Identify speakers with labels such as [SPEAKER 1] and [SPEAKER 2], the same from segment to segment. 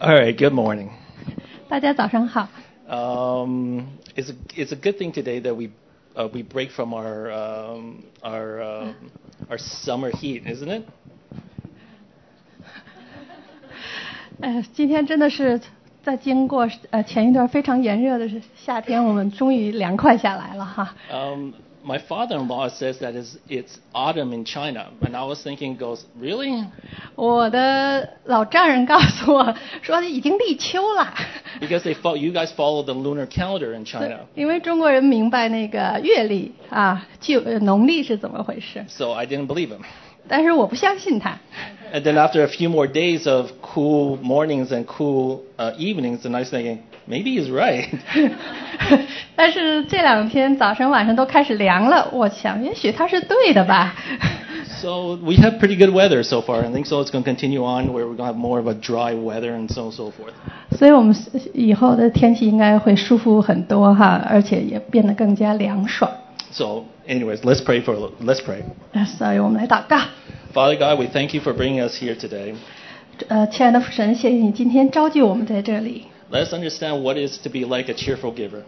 [SPEAKER 1] All right, good morning.
[SPEAKER 2] 大家早上好。
[SPEAKER 1] Um, it's, a, it's a good thing today that we, uh, we break from our, um, our, um our summer heat, isn't it?
[SPEAKER 2] 呃，今天真的是在经过呃前一段非常炎热的夏天，我们终于凉快下来了哈。
[SPEAKER 1] Um, my father-in-law says that it's, it's autumn in China, and I was thinking, goes, really?
[SPEAKER 2] 我的老丈人告诉我说已经立秋了，
[SPEAKER 1] Because they fo- you guys follow the lunar calendar in China.
[SPEAKER 2] 因为中国人明白那个月历啊，就呃农历是怎么回事，
[SPEAKER 1] So I didn't believe him.
[SPEAKER 2] 但是我不相信他。
[SPEAKER 1] And then after a few more days of cool mornings and cool uh, evenings, and I was thinking, maybe he's right.
[SPEAKER 2] 但是这两天早晨晚上都开始凉了，我想也许他是对的吧。
[SPEAKER 1] So we have pretty good weather so far. I think so. It's going to continue on where we're going to have more of a dry weather and so on and so forth.
[SPEAKER 2] 所以我们以后的天气应该会舒服很多哈，而且也变得更加凉爽。
[SPEAKER 1] So, anyways, let's pray for let's pray.
[SPEAKER 2] 呃所以我们来祷告。
[SPEAKER 1] Father God, we thank you for bringing us here today.
[SPEAKER 2] 呃，亲爱的父神，谢谢你今天召集我们在这里，
[SPEAKER 1] Let us understand what it is to be like a cheerful giver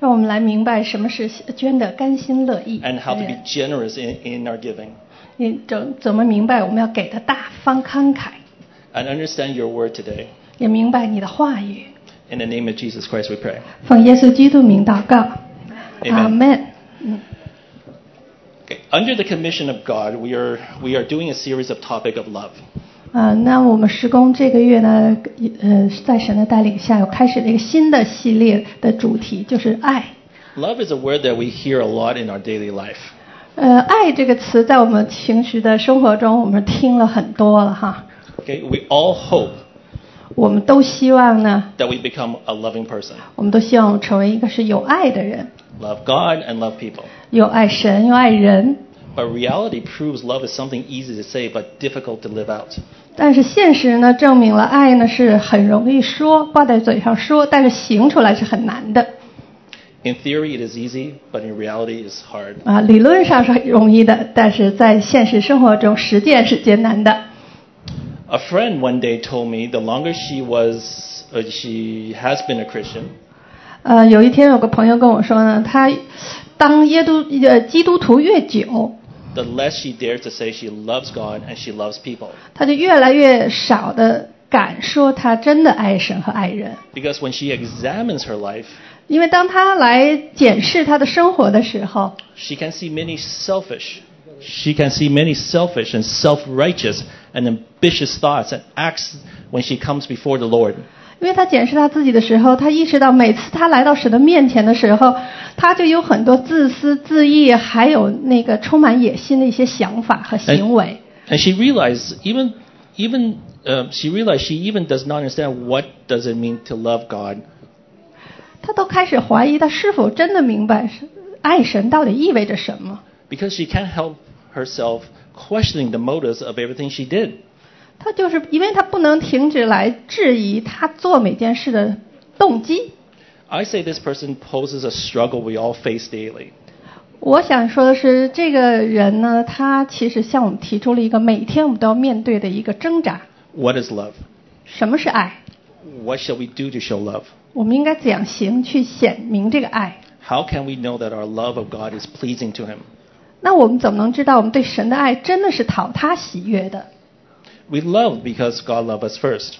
[SPEAKER 2] 让我们来明白什么是捐的甘心乐意。呃
[SPEAKER 1] and how to be generous in, in our giving
[SPEAKER 2] 你怎怎么明白我们要给的大方慷慨，
[SPEAKER 1] and understand your word today.
[SPEAKER 2] 也明白你的话语。
[SPEAKER 1] In the name of Jesus Christ, we pray.
[SPEAKER 2] 奉耶稣基督名祷告，阿
[SPEAKER 1] Amen.
[SPEAKER 2] 门。嗯，
[SPEAKER 1] Okay. Under the commission of God, we are we are doing a series of topic of love.
[SPEAKER 2] 呃，那我们施工这个月呢，呃，在神的带领下，又开始了一个新的系列的主题，就是爱。
[SPEAKER 1] Love is a word that we hear a lot in our daily life.
[SPEAKER 2] 呃，爱这个词在我们平时的生活中，我们听了很多了哈。
[SPEAKER 1] Okay, we all hope
[SPEAKER 2] 我们都希望呢，
[SPEAKER 1] that we become a loving person.
[SPEAKER 2] 我们都希望成为一个是有爱的人，
[SPEAKER 1] Love God and love people.
[SPEAKER 2] 又爱神又爱人。
[SPEAKER 1] But reality proves love is something easy to say but difficult to live out.
[SPEAKER 2] 但是现实呢，证明了爱呢是很容易说，挂在嘴上说，但是行出来是很难的
[SPEAKER 1] In theory, it is easy, but in reality, it's hard.
[SPEAKER 2] 啊。理论上是很容易的，但是在现实生活中实践是艰难的。
[SPEAKER 1] A friend one day told me the longer she was, or she has been a Christian,
[SPEAKER 2] 呃，有一天有个朋友跟我说呢，他当耶都呃基督徒越久，
[SPEAKER 1] the less she dares to say she loves God and she loves people.
[SPEAKER 2] 他就越来越少的敢说他真的爱神和爱人，
[SPEAKER 1] Because when she examines her life,
[SPEAKER 2] 因为当他来检视他的生活的时候，
[SPEAKER 1] she can see many selfish, she can see many selfish and self-righteous and ambitious thoughts and acts when she comes before the Lord.
[SPEAKER 2] 因为他检视他自己的时候，他意识到每次他来到神的面前的时候，他就有很多自私自义，还有那个充满野心的一些想法和行为。
[SPEAKER 1] And she realized even even uh, she realized she even does not understand what does it mean to love God
[SPEAKER 2] 他都开始怀疑他是否真的明白是爱神到底意味着什么。
[SPEAKER 1] because she can't help herself questioning the motives of everything she did.
[SPEAKER 2] 他就是因为他不能停止来质疑他做每件事的动机。
[SPEAKER 1] I say this person poses a struggle we all face daily.
[SPEAKER 2] 我想说的是，这个人呢，他其实向我们提出了一个每天我们都要面对的一个挣扎：
[SPEAKER 1] What is love?
[SPEAKER 2] 什么是爱？
[SPEAKER 1] What shall we do to show love?
[SPEAKER 2] 我们应该怎样行去显明这个爱？
[SPEAKER 1] How can we know that our love of God is pleasing to Him?
[SPEAKER 2] 那我们怎么能知道我们对神的爱真的是讨他喜悦的？
[SPEAKER 1] We love because God loved us first.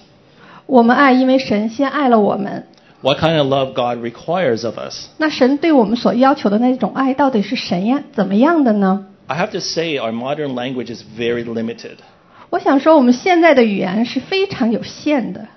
[SPEAKER 2] 我们爱，因为神先爱了我们。
[SPEAKER 1] What kind of love God requires of us?
[SPEAKER 2] 那神对我们所要求的那种爱，到底是神呀怎么样的呢？
[SPEAKER 1] I have to say, our modern language is very limited.
[SPEAKER 2] 我想说，我们现在的语言是非常有限的。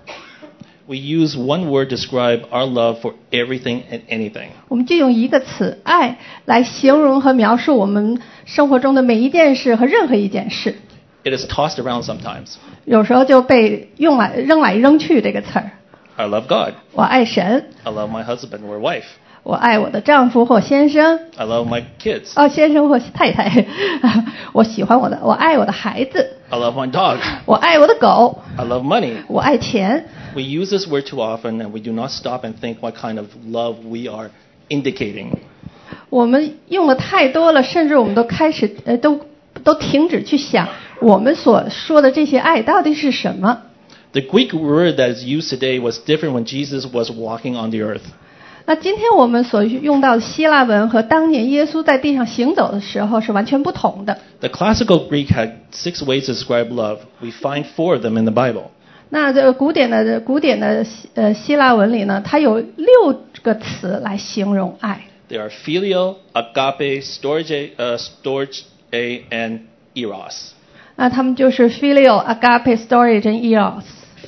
[SPEAKER 1] We use one word to describe our love for everything and anything.
[SPEAKER 2] 我们就用一个词“爱”来形容和描述我们生活中的每一件事和任何一件事，
[SPEAKER 1] It is tossed around sometimes.
[SPEAKER 2] 有时候就被用来扔来扔去这个词儿。
[SPEAKER 1] I love God.
[SPEAKER 2] 我爱神，
[SPEAKER 1] I love my husband or wife.
[SPEAKER 2] 我爱我的丈夫或先生，
[SPEAKER 1] I love my kids.
[SPEAKER 2] 哦，先生或太太， 我喜欢我的，我爱我的孩子，
[SPEAKER 1] I love my dog.
[SPEAKER 2] 我爱我的狗，
[SPEAKER 1] I love money.
[SPEAKER 2] 我爱钱。
[SPEAKER 1] We use this word too often and we do not stop and think what kind of love we are indicating.
[SPEAKER 2] 我们用的太多了，甚至我们都开始呃，都都停止去想我们所说的这些爱到底是什么。
[SPEAKER 1] The Greek word that is used today was different when Jesus was walking on the earth.
[SPEAKER 2] 那今天我们所用到的希腊文和当年耶稣在地上行走的时候是完全不同的。
[SPEAKER 1] The classical Greek had six ways to describe love. We find four of them in the Bible.
[SPEAKER 2] 那这个古典的古典的希呃希腊文里呢，它有六个词来形容爱，
[SPEAKER 1] They are filial, agape, storge, uh, storge, and eros.
[SPEAKER 2] 那他们就是 filial、agape、storage 跟 eros。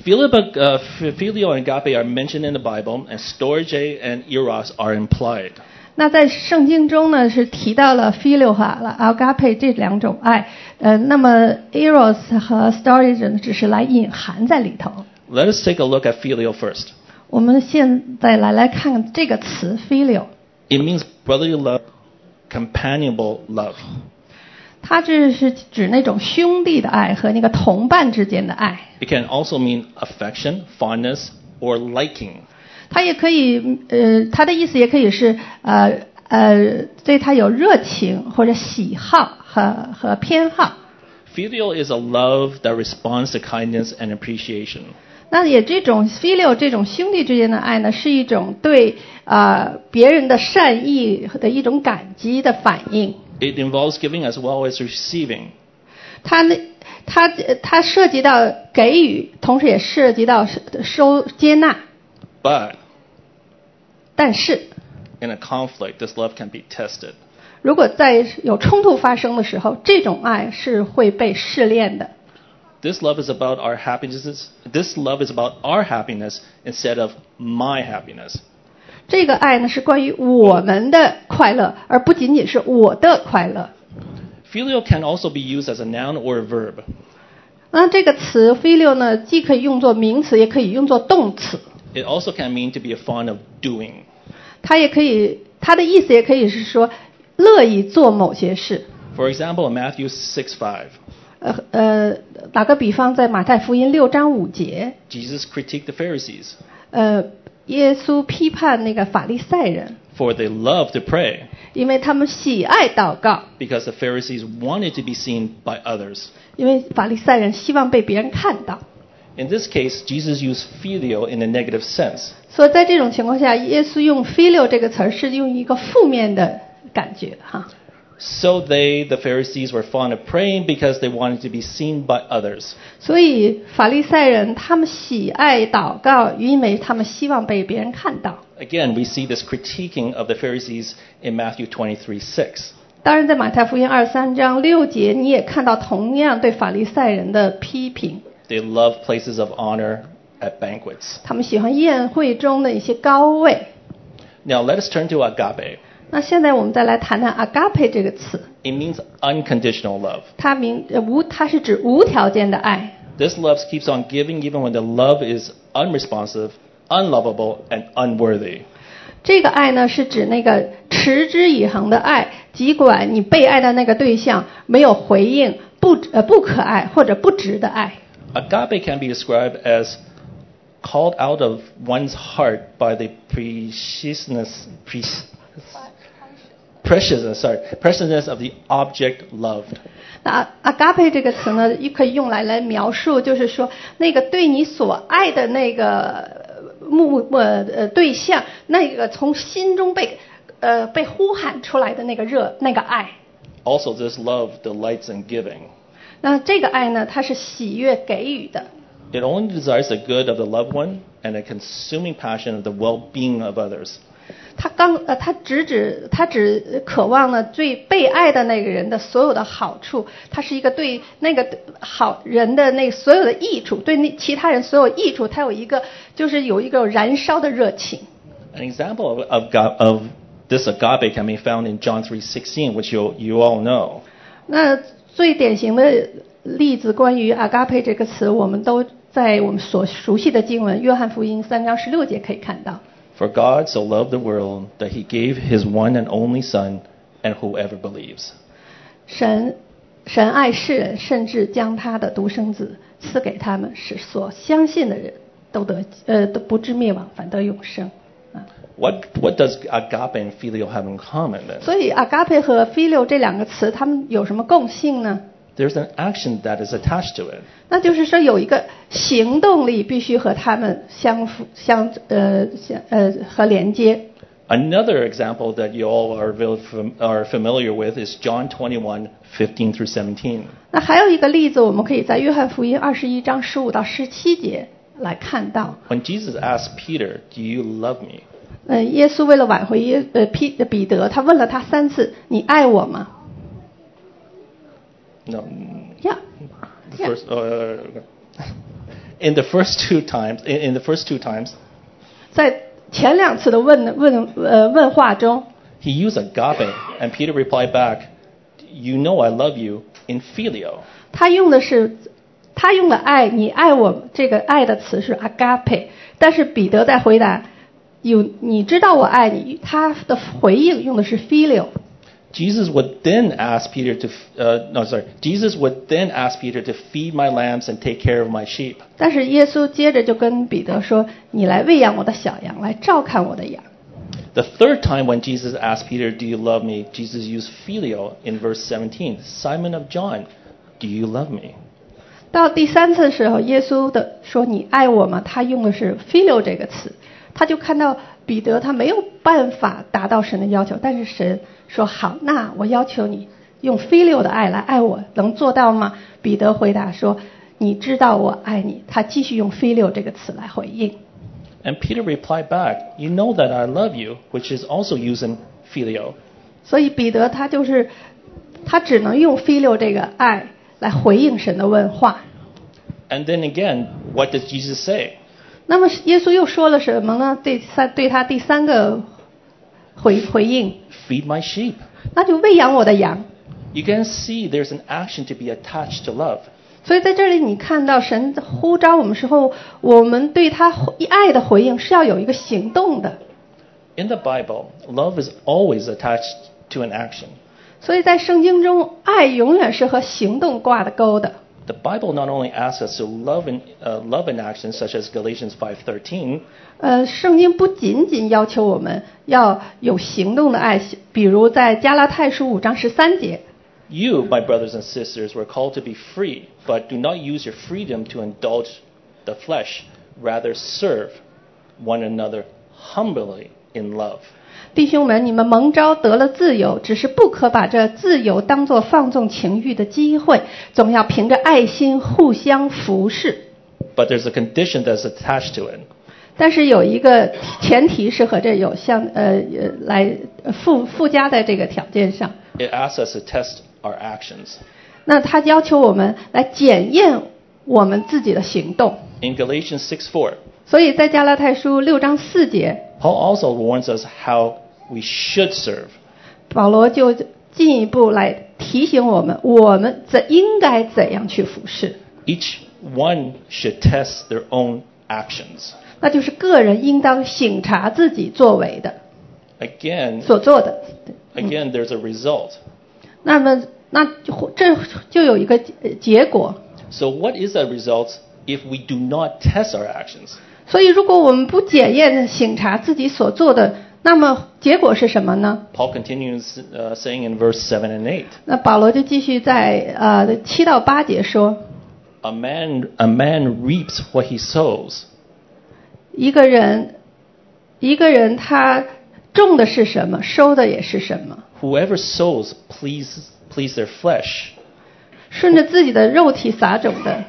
[SPEAKER 1] Philip, uh, f- filio and agape are mentioned in the Bible, and storge and eros are implied.
[SPEAKER 2] 那在圣经中呢是提到了 filial 和 agape 这两种爱，呃，那么 eros 和 storage 呢只是来隐含在里头。
[SPEAKER 1] Let us take a look at filio first.
[SPEAKER 2] 我们现在来来看这个词 filial，
[SPEAKER 1] It means brotherly love, companionable love.
[SPEAKER 2] 它这是指那种兄弟的爱和那个同伴之间的爱。
[SPEAKER 1] It can also mean affection, fondness, or liking.
[SPEAKER 2] 它也可以，呃，它的意思也可以是，呃呃，对他有热情或者喜好和和偏好。
[SPEAKER 1] Filial is a love that responds to kindness and appreciation.
[SPEAKER 2] 那也这种 filial 这种兄弟之间的爱呢，是一种对呃别人的善意的一种感激的反应。
[SPEAKER 1] It involves giving as well as receiving.
[SPEAKER 2] 它那它它涉及到给予，同时也涉及到收接纳。
[SPEAKER 1] But
[SPEAKER 2] 但是，
[SPEAKER 1] in a conflict, this love can be tested.
[SPEAKER 2] 如果在有冲突发生的时候，这种爱是会被试炼的。
[SPEAKER 1] This love is about our happiness. This love is about our happiness instead of my happiness.
[SPEAKER 2] 这个爱呢，是关于我们的快乐，而不仅仅是我的快乐。
[SPEAKER 1] Filial can also be used as a noun or a verb.
[SPEAKER 2] 那这个词 “filial” 呢，既可以用作名词，也可以用作动词。
[SPEAKER 1] It also can mean to be fond of doing.
[SPEAKER 2] 它也可以，它的意思也可以是说乐意做某些事。
[SPEAKER 1] For example, in Matthew 6 5,
[SPEAKER 2] 呃呃，打个比方，在马太福音六章五节，
[SPEAKER 1] Jesus critiqued the Pharisees
[SPEAKER 2] 呃，耶稣批判那个法利赛人，
[SPEAKER 1] for they love to pray
[SPEAKER 2] 因为他们喜爱祷告，
[SPEAKER 1] because the Pharisees wanted to be seen by others.
[SPEAKER 2] 因为法利赛人希望被别人看到。
[SPEAKER 1] In this case, Jesus used filial in a negative sense.
[SPEAKER 2] 所以在这种情况下，耶稣用 “filial” 这个词儿是用一个负面的感觉哈。
[SPEAKER 1] So they, the Pharisees, were fond of praying because they wanted to be seen by others.
[SPEAKER 2] 所以法利赛人他们喜爱祷告，因为他们希望被别人看到。
[SPEAKER 1] Again, we see this critiquing of the Pharisees in Matthew 23 6.
[SPEAKER 2] 当然，在马太福音二三章六节，你也看到同样对法利赛人的批评。
[SPEAKER 1] They love places of honor at banquets.
[SPEAKER 2] 他们喜欢宴会中的一些高位。
[SPEAKER 1] Now let us turn to agape.
[SPEAKER 2] 那现在我们再来谈谈 “agape” 这个词，
[SPEAKER 1] It means unconditional love.
[SPEAKER 2] 它名呃无，它是指无条件的爱。
[SPEAKER 1] This love keeps on giving even when the love is unresponsive, unlovable, and unworthy.
[SPEAKER 2] 这个爱呢，是指那个持之以恒的爱，尽管你被爱的那个对象没有回应，不呃不可爱或者不值得爱。
[SPEAKER 1] Agape can be described as called out of one's heart by the preciousness, pre- preciousness, sorry, preciousness of the object loved.
[SPEAKER 2] 那 agape 这个词呢，也可以用来来描述，就是说那个对你所爱的那个呃目呃呃对象，那个从心中被呃被呼喊出来的那个热那个爱。
[SPEAKER 1] Also, this love delights in giving.
[SPEAKER 2] 那这个爱呢，它是喜悦给予的，
[SPEAKER 1] It only desires the good of the loved one and a consuming passion of the well being of others.
[SPEAKER 2] 它刚呃它只指它只渴望呢最被爱的那个人的所有的好处，它是一个对那个好人的那所有的益处，对那其他人所有益处，它有一个就是有一个燃烧的热情。
[SPEAKER 1] An example of, of, ga- of this agape can be found in John 3:16, which you, you all know.
[SPEAKER 2] 那最典型的例子，关于 agape 这个词，我们都在我们所熟悉的经文《约翰福音》三章十六节可以看到。
[SPEAKER 1] For God so loved the world that he gave his one and only Son, and whoever believes.
[SPEAKER 2] 神神爱世人，甚至将他的独生子赐给他们，使所相信的人都得呃都不至灭亡，反得永生。啊，
[SPEAKER 1] What, what does agape and filial have in common then?
[SPEAKER 2] 所以 agape 和 filial 这两个词，它们有什么共性呢？
[SPEAKER 1] there's an action that is attached to it.
[SPEAKER 2] 那就是说有一个行动力必须和他们相符相呃相呃和连接。
[SPEAKER 1] Another example that you all are, vil- fam- are familiar with is John 21, 15 through 17.
[SPEAKER 2] 那还有一个例子，我们可以在约翰福音二十一章十五到十七节来看到。
[SPEAKER 1] When Jesus asked Peter, Do you love me?
[SPEAKER 2] 呃，耶稣为了挽回耶呃彼彼得，他问了他三次：“你爱我吗
[SPEAKER 1] No. mm,
[SPEAKER 2] ？”Yeah,
[SPEAKER 1] The
[SPEAKER 2] Yeah.
[SPEAKER 1] first, uh, in the first two times, in, in the first two times,
[SPEAKER 2] 在前两次的问问呃问话中，
[SPEAKER 1] he used agape, and Peter replied back, You know I love you in filio.
[SPEAKER 2] 他用的是他用了爱，你爱我这个爱的词是 agape，但是彼得在回答有你知道我爱你，他的回应用的是 filial。
[SPEAKER 1] Jesus would then ask Peter to, f- uh, no, sorry, Jesus would then ask Peter to feed my lambs and take care of my sheep.
[SPEAKER 2] 但是耶稣接着就跟彼得说：“你来喂养我的小羊，来照看我的羊。
[SPEAKER 1] The third time when Jesus asked Peter, Do you love me? Jesus used filio in verse 17. Simon of John, do you love me? ”
[SPEAKER 2] 到第三次的时候，耶稣的说：“你爱我吗？”他用的是 “filial” 这个词，他就看到彼得他没有办法达到神的要求，但是神说：“好，那我要求你用 filial 的爱来爱我，能做到吗？”彼得回答说：“你知道我爱你。”他继续用 “filial” 这个词来回应。
[SPEAKER 1] And Peter replied back, You know that I love you, which is also used in filio.
[SPEAKER 2] 所以彼得他就是他只能用 “filial” 这个爱来回应神的问话。
[SPEAKER 1] And then again, what does Jesus say?
[SPEAKER 2] 那么耶稣又说了什么呢？对三对他第三个回回应。
[SPEAKER 1] Feed my sheep.
[SPEAKER 2] 那就喂养我的羊。
[SPEAKER 1] You can see there's an action to be attached to love.
[SPEAKER 2] 所以在这里，你看到神呼召我们时候，我们对他爱的回应是要有一个行动的。
[SPEAKER 1] In the Bible, love is always attached to an action.
[SPEAKER 2] 所以在圣经中，爱永远是和行动挂的钩的。
[SPEAKER 1] The Bible not only asks us to love in, uh, love in action, such as Galatians 5:13,
[SPEAKER 2] 呃，圣经不仅仅要求我们要有行动的爱，比如在加拉太书五章十三节，
[SPEAKER 1] You, my brothers and sisters, were called to be free, but do not use your freedom to indulge the flesh. Rather, serve one another humbly in love.
[SPEAKER 2] 弟兄们，你们蒙召得了自由，只是不可把这自由当作放纵情欲的机会，总要凭着爱心互相服侍。
[SPEAKER 1] But there's a condition that's attached to it.
[SPEAKER 2] 但是有一个前提是和这有相呃呃来呃附附加在这个条件上，
[SPEAKER 1] It asks us to test our actions.
[SPEAKER 2] 那他要求我们来检验我们自己的行动。
[SPEAKER 1] In Galatians 6:4,
[SPEAKER 2] 所以在加拉太书六章四节，
[SPEAKER 1] Paul also warns us how we should serve.
[SPEAKER 2] 保罗就进一步来提醒我们，我们怎应该怎样去服侍，
[SPEAKER 1] Each one should test their own actions.
[SPEAKER 2] 那就是个人应当省察自己作为的
[SPEAKER 1] Again,
[SPEAKER 2] 所做的。
[SPEAKER 1] again there's a result.
[SPEAKER 2] 那么那就这就有一个呃结果，
[SPEAKER 1] So, what is that result if we do not test our actions?
[SPEAKER 2] 所以，如果我们不检验、审查自己所做的，那么结果是什么呢？
[SPEAKER 1] Paul continues uh, saying in verse 7 and 8
[SPEAKER 2] 那保罗就继续在呃七到八节说，
[SPEAKER 1] a man, a man reaps what he sows.
[SPEAKER 2] 一个人，一个人他种的是什么，收的也是什么。
[SPEAKER 1] Whoever sows please, please their flesh.
[SPEAKER 2] 顺着自己的肉体撒种的，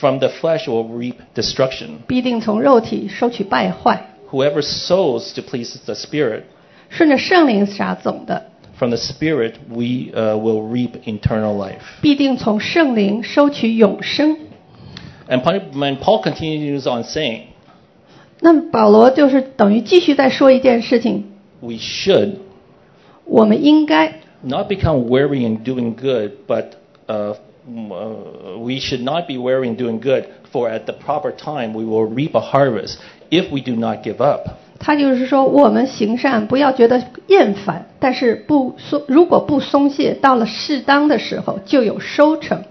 [SPEAKER 1] From the flesh will reap destruction.
[SPEAKER 2] 必定从肉体收取败坏；
[SPEAKER 1] Whoever sows to please the Spirit,
[SPEAKER 2] 顺着圣灵撒种的，
[SPEAKER 1] from the Spirit we uh, will reap eternal life.
[SPEAKER 2] 必定从圣灵收取永生。
[SPEAKER 1] And Paul- when Paul continues on saying,
[SPEAKER 2] 那么保罗就是等于继续在说一件事情：
[SPEAKER 1] we should
[SPEAKER 2] 我们应该
[SPEAKER 1] not become weary in doing good, but uh, mm, uh, we should not be weary in doing good, for at the proper time we will reap a harvest if we do not give up.
[SPEAKER 2] 他就是说，我们行善不要觉得厌烦，但是不松，如果不松懈，到了适当的时候就有收成。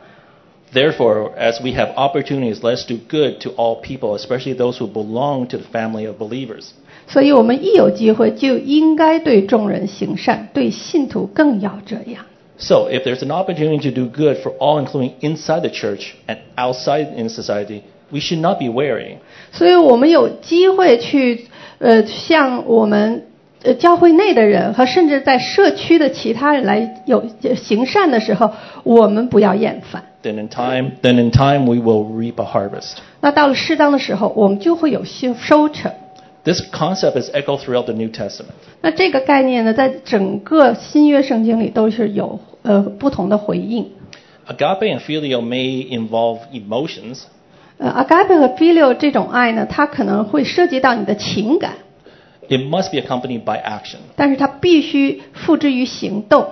[SPEAKER 1] Therefore, as we have opportunities, let's do good to all people, especially those who belong to the family of believers.
[SPEAKER 2] 所以，我们一有机会就应该对众人行善，对信徒更要这样。
[SPEAKER 1] So, if there's an opportunity to do good for all, including inside the church and outside in society, we should not be wary.
[SPEAKER 2] 所以我们有机会去，呃，向我们呃教会内的人和甚至在社区的其他人来有行善的时候，我们不要厌烦。
[SPEAKER 1] Then in time, then in time we will reap a harvest.
[SPEAKER 2] 那到了适当的时候，我们就会有些收成。
[SPEAKER 1] This concept is echoed throughout the New Testament.
[SPEAKER 2] 那这个概念呢，在整个新约圣经里都是有呃不同的回应。
[SPEAKER 1] Agape and filial may involve emotions,
[SPEAKER 2] 呃，agape 和 filial 这种爱呢，它可能会涉及到你的情感，
[SPEAKER 1] it must be accompanied by action.
[SPEAKER 2] 但是它必须付之于行动。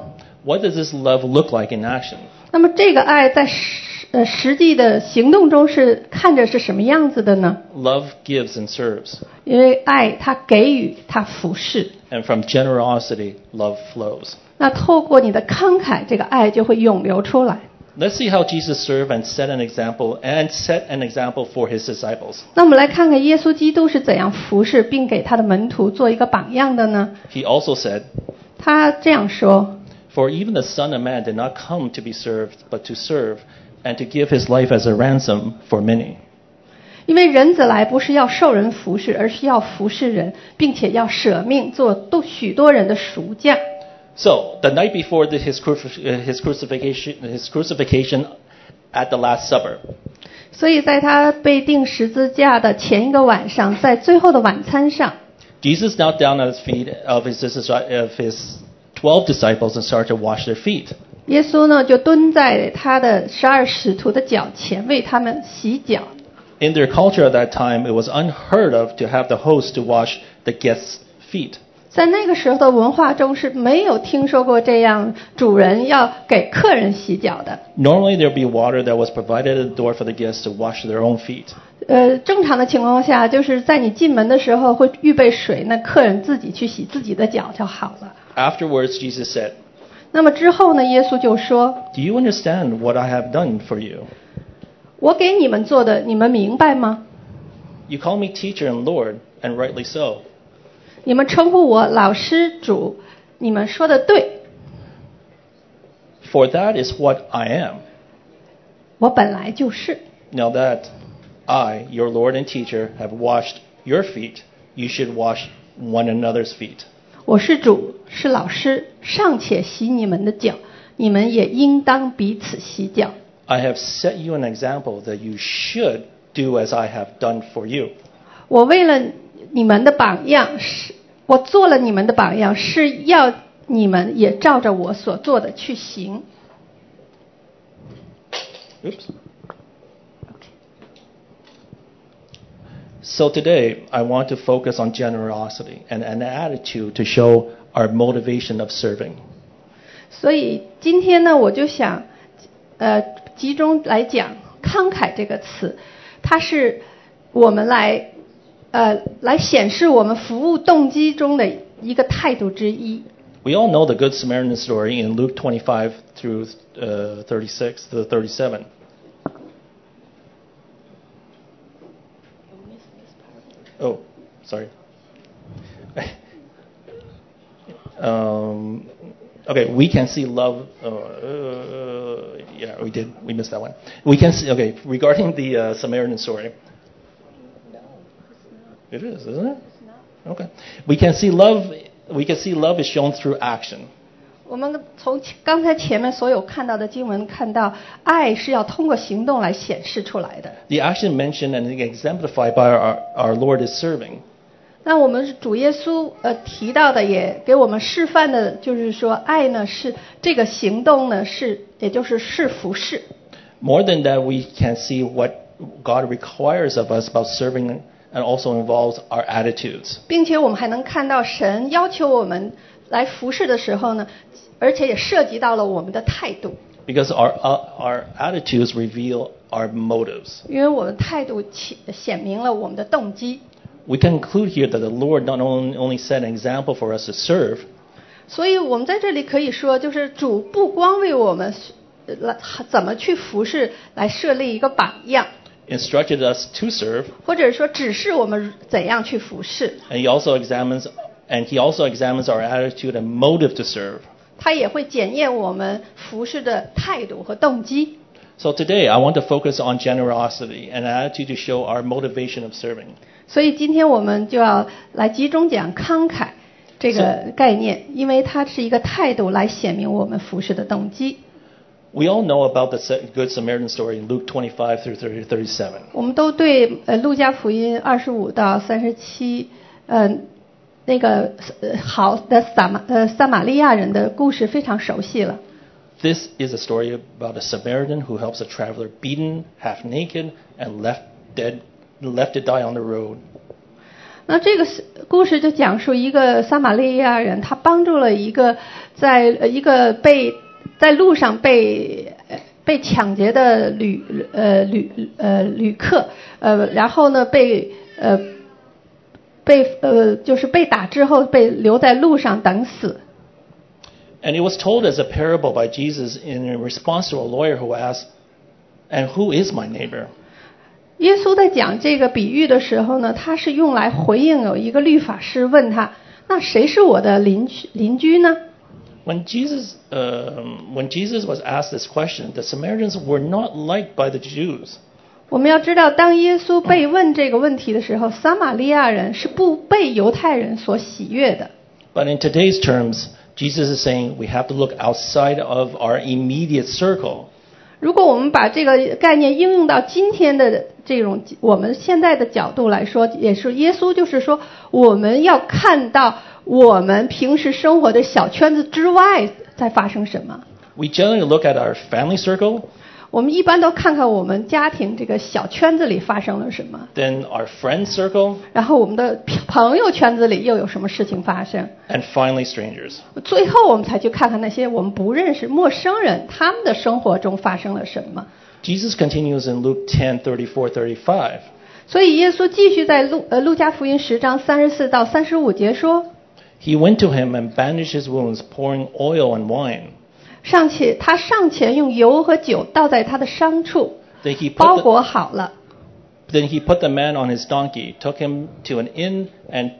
[SPEAKER 1] What does this love look like in action?
[SPEAKER 2] 那么这个爱在实呃实际的行动中是看着是什么样子的呢？
[SPEAKER 1] Love gives and serves,
[SPEAKER 2] 因为爱它给予，它服侍。
[SPEAKER 1] and from generosity, love flows.
[SPEAKER 2] 那透过你的慷慨，这个爱就会涌流出来。
[SPEAKER 1] Let's see how Jesus served and set an example and set an example for his disciples.
[SPEAKER 2] 那我们来看看耶稣基督是怎样服侍并给他的门徒做一个榜样的呢？
[SPEAKER 1] He also said,
[SPEAKER 2] 他这样说
[SPEAKER 1] For even the Son of Man did not come to be served, but to serve, and to give his life as a ransom for many.：“
[SPEAKER 2] 因为人子来不是要受人服侍，而是要服侍人，并且要舍命做多许多人的赎价。”
[SPEAKER 1] So, the night before the, his, crucif- uh, his, crucifixion, his crucifixion at the Last Supper,
[SPEAKER 2] 所以，在他被钉十字架的前一个晚上，在最后的晚餐上，
[SPEAKER 1] Jesus knelt down at his feet of his, dis- of his 12 disciples and started to wash their feet.
[SPEAKER 2] 耶稣呢就蹲在他的十二使徒的脚前，为他们洗脚。
[SPEAKER 1] In their culture at that time, it was unheard of to have the host to wash the guests' feet.
[SPEAKER 2] 在那个时候的文化中是没有听说过这样主人要给客人洗脚的。
[SPEAKER 1] Normally, there would be water that was provided at the door for the guests to wash their own feet.
[SPEAKER 2] 呃，正常的情况下，就是在你进门的时候会预备水，那客人自己去洗自己的脚就好了。
[SPEAKER 1] Afterwards, Jesus said,
[SPEAKER 2] 那么之后呢，耶稣就说
[SPEAKER 1] Do you understand what I have done for you?：“
[SPEAKER 2] 我给你们做的，你们明白吗？
[SPEAKER 1] You call me teacher and Lord, and rightly so.
[SPEAKER 2] 你们称呼我老师主，你们说的对，
[SPEAKER 1] For that is what I am.
[SPEAKER 2] 我本来就是。
[SPEAKER 1] Now that I, your Lord and teacher, have washed your feet, you should wash one another's feet.
[SPEAKER 2] 我是主，是老师，尚且洗你们的脚，你们也应当彼此洗脚。
[SPEAKER 1] I have set you an example that you should do as I have done for you.
[SPEAKER 2] 我为了你们的榜样，是我做了你们的榜样，是要你们也照着我所做的去行。
[SPEAKER 1] Oops. So today, I want to focus on generosity and an attitude to show our motivation of serving.
[SPEAKER 2] 所以今天呢，我就想，呃，集中来讲“慷慨”这个词，它是我们来，呃，来显示我们服务动机中的一个态度之一。
[SPEAKER 1] We all know the Good Samaritan story in Luke 25 through uh, 36 to 37. Oh, sorry. um, okay, we can see love. Uh, uh, yeah, we did. We missed that one. We can see. Okay, regarding the uh, Samaritan story. It is, isn't it? Okay. We can see love. We can see love is shown through action.
[SPEAKER 2] 我们从刚才前面所有看到的经文看到，爱是要通过行动来显示出来的。
[SPEAKER 1] The action mentioned and exemplified by our, our Lord is serving.
[SPEAKER 2] 那我们主耶稣呃提到的也给我们示范的，就是说爱呢是这个行动呢是，也就是是服侍。
[SPEAKER 1] More than that, we can see what God requires of us about serving and also involves our attitudes.
[SPEAKER 2] 并且我们还能看到神要求我们来服侍的时候呢，而且也涉及到了我们的态度，
[SPEAKER 1] Because our, uh, our attitudes reveal our motives.
[SPEAKER 2] 因为我们态度显显明了我们的动机。
[SPEAKER 1] We can conclude here that the Lord not on- only set an example for us to serve,
[SPEAKER 2] 所以我们在这里可以说，就是主不光为我们呃来怎么去服侍来设立一个榜样，
[SPEAKER 1] instructed us to serve,
[SPEAKER 2] 或者说指示我们怎样去服侍，
[SPEAKER 1] and He also examines and He also examines our attitude and motive to serve.
[SPEAKER 2] 他也会检验我们服侍的态度和动机。
[SPEAKER 1] So today, I want to focus on generosity and an attitude to show our motivation of serving.
[SPEAKER 2] 所以今天我们就要来集中讲慷慨这个概念，因为它是一个态度来显明我们服侍的动机。
[SPEAKER 1] We all know about the Sa- Good Samaritan story in Luke 25 through 30, 37.
[SPEAKER 2] 我们都对呃《路加福音》二十五到三十七，嗯，那个呃好的撒玛呃撒玛利亚人的故事非常熟悉了。
[SPEAKER 1] This is a story about a Samaritan who helps a traveler beaten, half naked, and left dead, left to die on the road.
[SPEAKER 2] 那这个是故事就讲述一个撒玛利亚人，他帮助了一个在呃一个被在路上被呃被抢劫的旅呃旅呃旅客，呃，然后呢被呃被呃就是被打之后被留在路上等死。
[SPEAKER 1] And it was told as a parable by Jesus in response to a lawyer who asked, And who is my neighbor?
[SPEAKER 2] 耶稣在讲这个比喻的时候呢，他是用来回应有一个律法师问他，那谁是我的邻居邻居呢？
[SPEAKER 1] When Jesus, um, when Jesus was asked this question, the Samaritans were not liked by the Jews.
[SPEAKER 2] 我们要知道，当耶稣被问这个问题的时候，撒玛利亚人是不被犹太人所喜悦的。
[SPEAKER 1] But in today's terms, Jesus is saying we have to look outside of our immediate circle
[SPEAKER 2] 如果我们把这个概念应用到今天的这种我们现在的角度来说，也是耶稣就是说，我们要看到我们平时生活的小圈子之外在发生什么。
[SPEAKER 1] We generally look at our family circle,
[SPEAKER 2] 我们一般都看看我们家庭这个小圈子里发生了什么，
[SPEAKER 1] then our friend circle,
[SPEAKER 2] 然后我们的朋友圈子里又有什么事情发生。
[SPEAKER 1] and finally strangers.
[SPEAKER 2] 最后，我们才去看看那些我们不认识陌生人他们的生活中发生了什么。
[SPEAKER 1] Jesus continues in Luke 10 34 35.
[SPEAKER 2] 所以，耶稣继续在路呃路加福音十章三十四到三十五节说，
[SPEAKER 1] He went to him and bandaged his wounds, pouring oil and wine.
[SPEAKER 2] 上且他上前用油和酒倒在他的伤处，
[SPEAKER 1] Then he, put
[SPEAKER 2] 包
[SPEAKER 1] the,
[SPEAKER 2] 裹好了，
[SPEAKER 1] then he put the man on his donkey, took him to an inn, and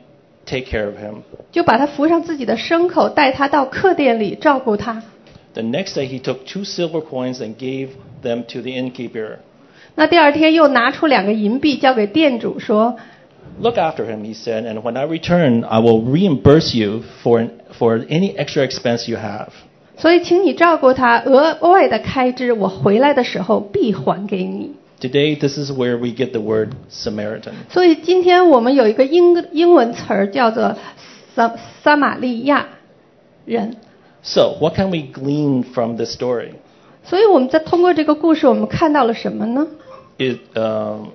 [SPEAKER 1] take care of him.
[SPEAKER 2] 就把他扶上自己的牲口，带他到客店里照顾他。
[SPEAKER 1] The next day he took two silver coins and gave them to the innkeeper.
[SPEAKER 2] 那第二天又拿出两个银币交给店主说：“
[SPEAKER 1] Look after him, he said, and when I return, I will reimburse you for, an, for any extra expense you have.
[SPEAKER 2] 所以请你照顾他，额外的开支我回来的时候必还给你。
[SPEAKER 1] Today, this is where we get the word Samaritan. ”
[SPEAKER 2] 所以今天我们有一个英英文词儿叫做撒撒玛利亚人，
[SPEAKER 1] So, what can we glean from this story?
[SPEAKER 2] 所以我们在通过这个故事，我们看到了什么呢？
[SPEAKER 1] It, um,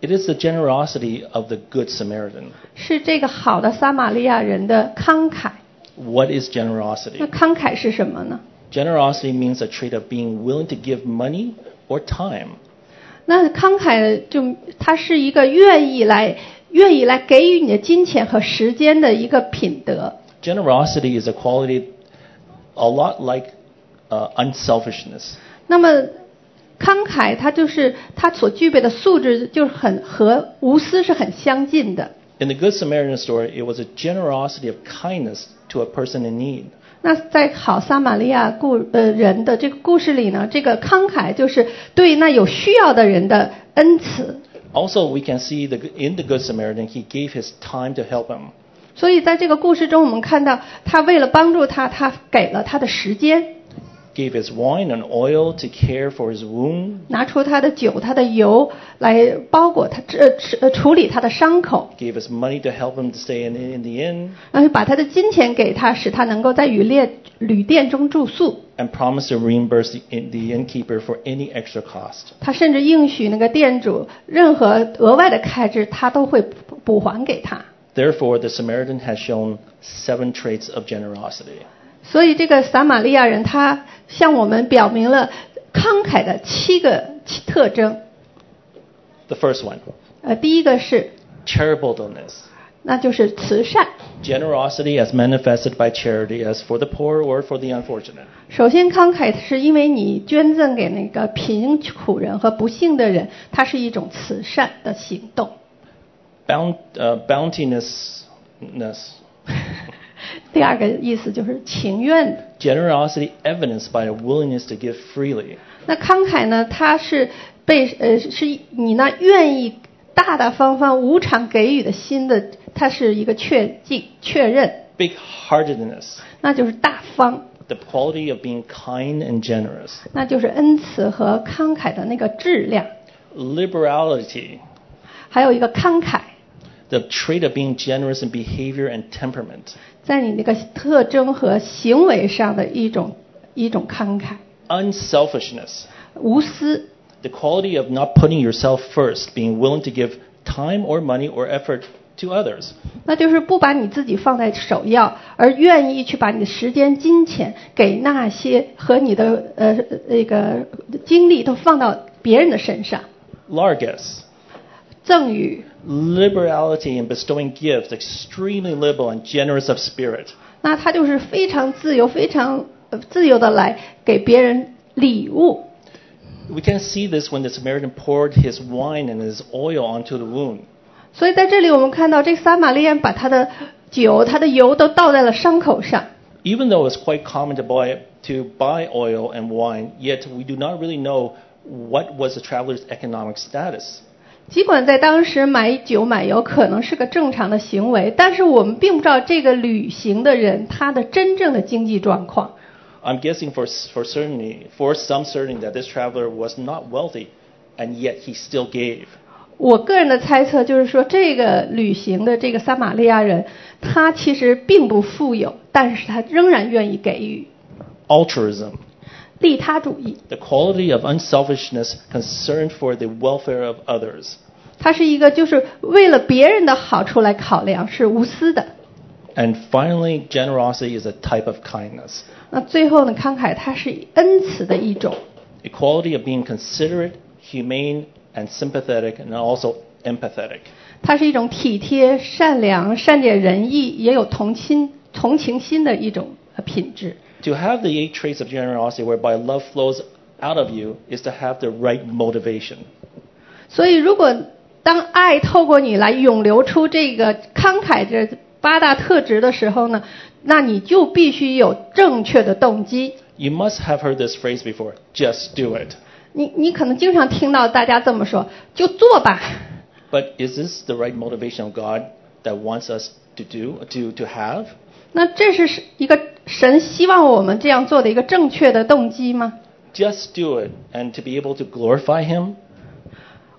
[SPEAKER 1] it is the generosity of the Good Samaritan.
[SPEAKER 2] 是这个好的撒玛利亚人的慷慨。
[SPEAKER 1] What is
[SPEAKER 2] 那
[SPEAKER 1] generosity?
[SPEAKER 2] 慷慨是什么呢？
[SPEAKER 1] Generosity means a trait of being willing to give money or time.
[SPEAKER 2] 那慷慨就它是一个愿意来愿意来给予你的金钱和时间的一个品德。
[SPEAKER 1] Generosity is a quality a lot like uh, unselfishness.
[SPEAKER 2] 那么，慷慨它就是它所具备的素质，就是很和无私是很相近的。
[SPEAKER 1] In the Good Samaritan story, it was a generosity of kindness to a person in need.
[SPEAKER 2] 那在好撒玛利亚故呃人的这个故事里呢，这个慷慨就是对那有需要的人的恩慈。
[SPEAKER 1] Also, we can see the, in the Good Samaritan, he gave his time to help him.
[SPEAKER 2] 所以在这个故事中，我们看到他为了帮助他，他给了他的时间，
[SPEAKER 1] gave his wine and oil to care for his wound,
[SPEAKER 2] 拿出他的酒、他的油来包裹他这呃处理他的伤口，
[SPEAKER 1] gave his money to help him to stay in, in the inn,
[SPEAKER 2] 然后把他的金钱给他，使他能够在旅店旅店中住宿。
[SPEAKER 1] and promised to reimburse the, inn- the innkeeper for any extra cost.
[SPEAKER 2] 他甚至应许那个店主任何额外的开支，他都会补补还给他。
[SPEAKER 1] Therefore, the Samaritan has shown seven traits of generosity.
[SPEAKER 2] 所以这个撒玛利亚人他向我们表明了慷慨的七个七特征。
[SPEAKER 1] The first one,
[SPEAKER 2] 呃，第一个是，
[SPEAKER 1] charitableness.
[SPEAKER 2] 那就是慈善。
[SPEAKER 1] Generosity as manifested by charity, as for the poor or for the unfortunate.
[SPEAKER 2] 首先，慷慨是因为你捐赠给那个贫苦人和不幸的人，它是一种慈善的行动。
[SPEAKER 1] Bount, uh, bountinessness.
[SPEAKER 2] 第二个意思就是情愿的。
[SPEAKER 1] Generosity evidenced by a willingness to give freely.
[SPEAKER 2] 那慷慨呢，它是被呃是你那愿意大大方方无偿给予的心的，它是一个确定确认，
[SPEAKER 1] Big heartedness,
[SPEAKER 2] 那就是大方，
[SPEAKER 1] the quality of being kind and generous.
[SPEAKER 2] 那就是恩慈和慷慨的那个质量，
[SPEAKER 1] Liberality,
[SPEAKER 2] 还有一个慷慨，
[SPEAKER 1] the trait of being generous in behavior and temperament.
[SPEAKER 2] 在你那个特征和行为上的一种一种慷慨，
[SPEAKER 1] Unselfishness,
[SPEAKER 2] 无私，
[SPEAKER 1] the quality of not putting yourself first, being willing to give time or money or effort to others.
[SPEAKER 2] 那就是不把你自己放在首要，而愿意去把你的时间、金钱给那些和你的呃那个精力都放到别人的身上。
[SPEAKER 1] Largess,
[SPEAKER 2] 赠与，
[SPEAKER 1] liberality in bestowing gifts, extremely liberal and generous of spirit.
[SPEAKER 2] 那他就是非常自由、非常呃自由的来给别人礼物。
[SPEAKER 1] We can see this when the Samaritan poured his wine and his oil onto the wound.
[SPEAKER 2] 所以在这里我们看到，这撒玛利亚把他的酒、他的油都倒在了伤口上。
[SPEAKER 1] Even though it's quite common to buy, to buy oil and wine, yet we do not really know what was the traveler's economic status.
[SPEAKER 2] 尽管在当时买酒买油可能是个正常的行为，但是我们并不知道这个旅行的人他的真正的经济状况。
[SPEAKER 1] I'm guessing for, for certainty, for some certainty that this traveler was not wealthy, and yet he still gave.
[SPEAKER 2] 我个人的猜测就是说，这个旅行的这个撒玛利亚人，他其实并不富有，但是他仍然愿意给予，
[SPEAKER 1] Altruism,
[SPEAKER 2] 利他主义。
[SPEAKER 1] the quality of unselfishness, concern for the welfare of others,
[SPEAKER 2] 他是一个就是为了别人的好处来考量，是无私的。
[SPEAKER 1] and finally, generosity is a type of kindness,
[SPEAKER 2] 那最后呢，慷慨它是恩慈的一种，
[SPEAKER 1] the quality of being considerate, humane, and sympathetic, and also empathetic.
[SPEAKER 2] 它是一种体贴、善良、善解人意，也有同心、同情心的一种呃品质。
[SPEAKER 1] To have the eight traits of generosity, whereby love flows out of you, is to have the right motivation.
[SPEAKER 2] 所以，如果当爱透过你来涌流出这个慷慨这八大特质的时候呢，那你就必须有正确的动机。
[SPEAKER 1] You must have heard this phrase before: "Just do it."
[SPEAKER 2] 你你可能经常听到大家这么说，就做吧。
[SPEAKER 1] But is this the right motivation of God that wants us to do, to, to have?
[SPEAKER 2] 那这是一个神希望我们这样做的一个正确的动机吗？
[SPEAKER 1] Just do it, and to be able to glorify Him?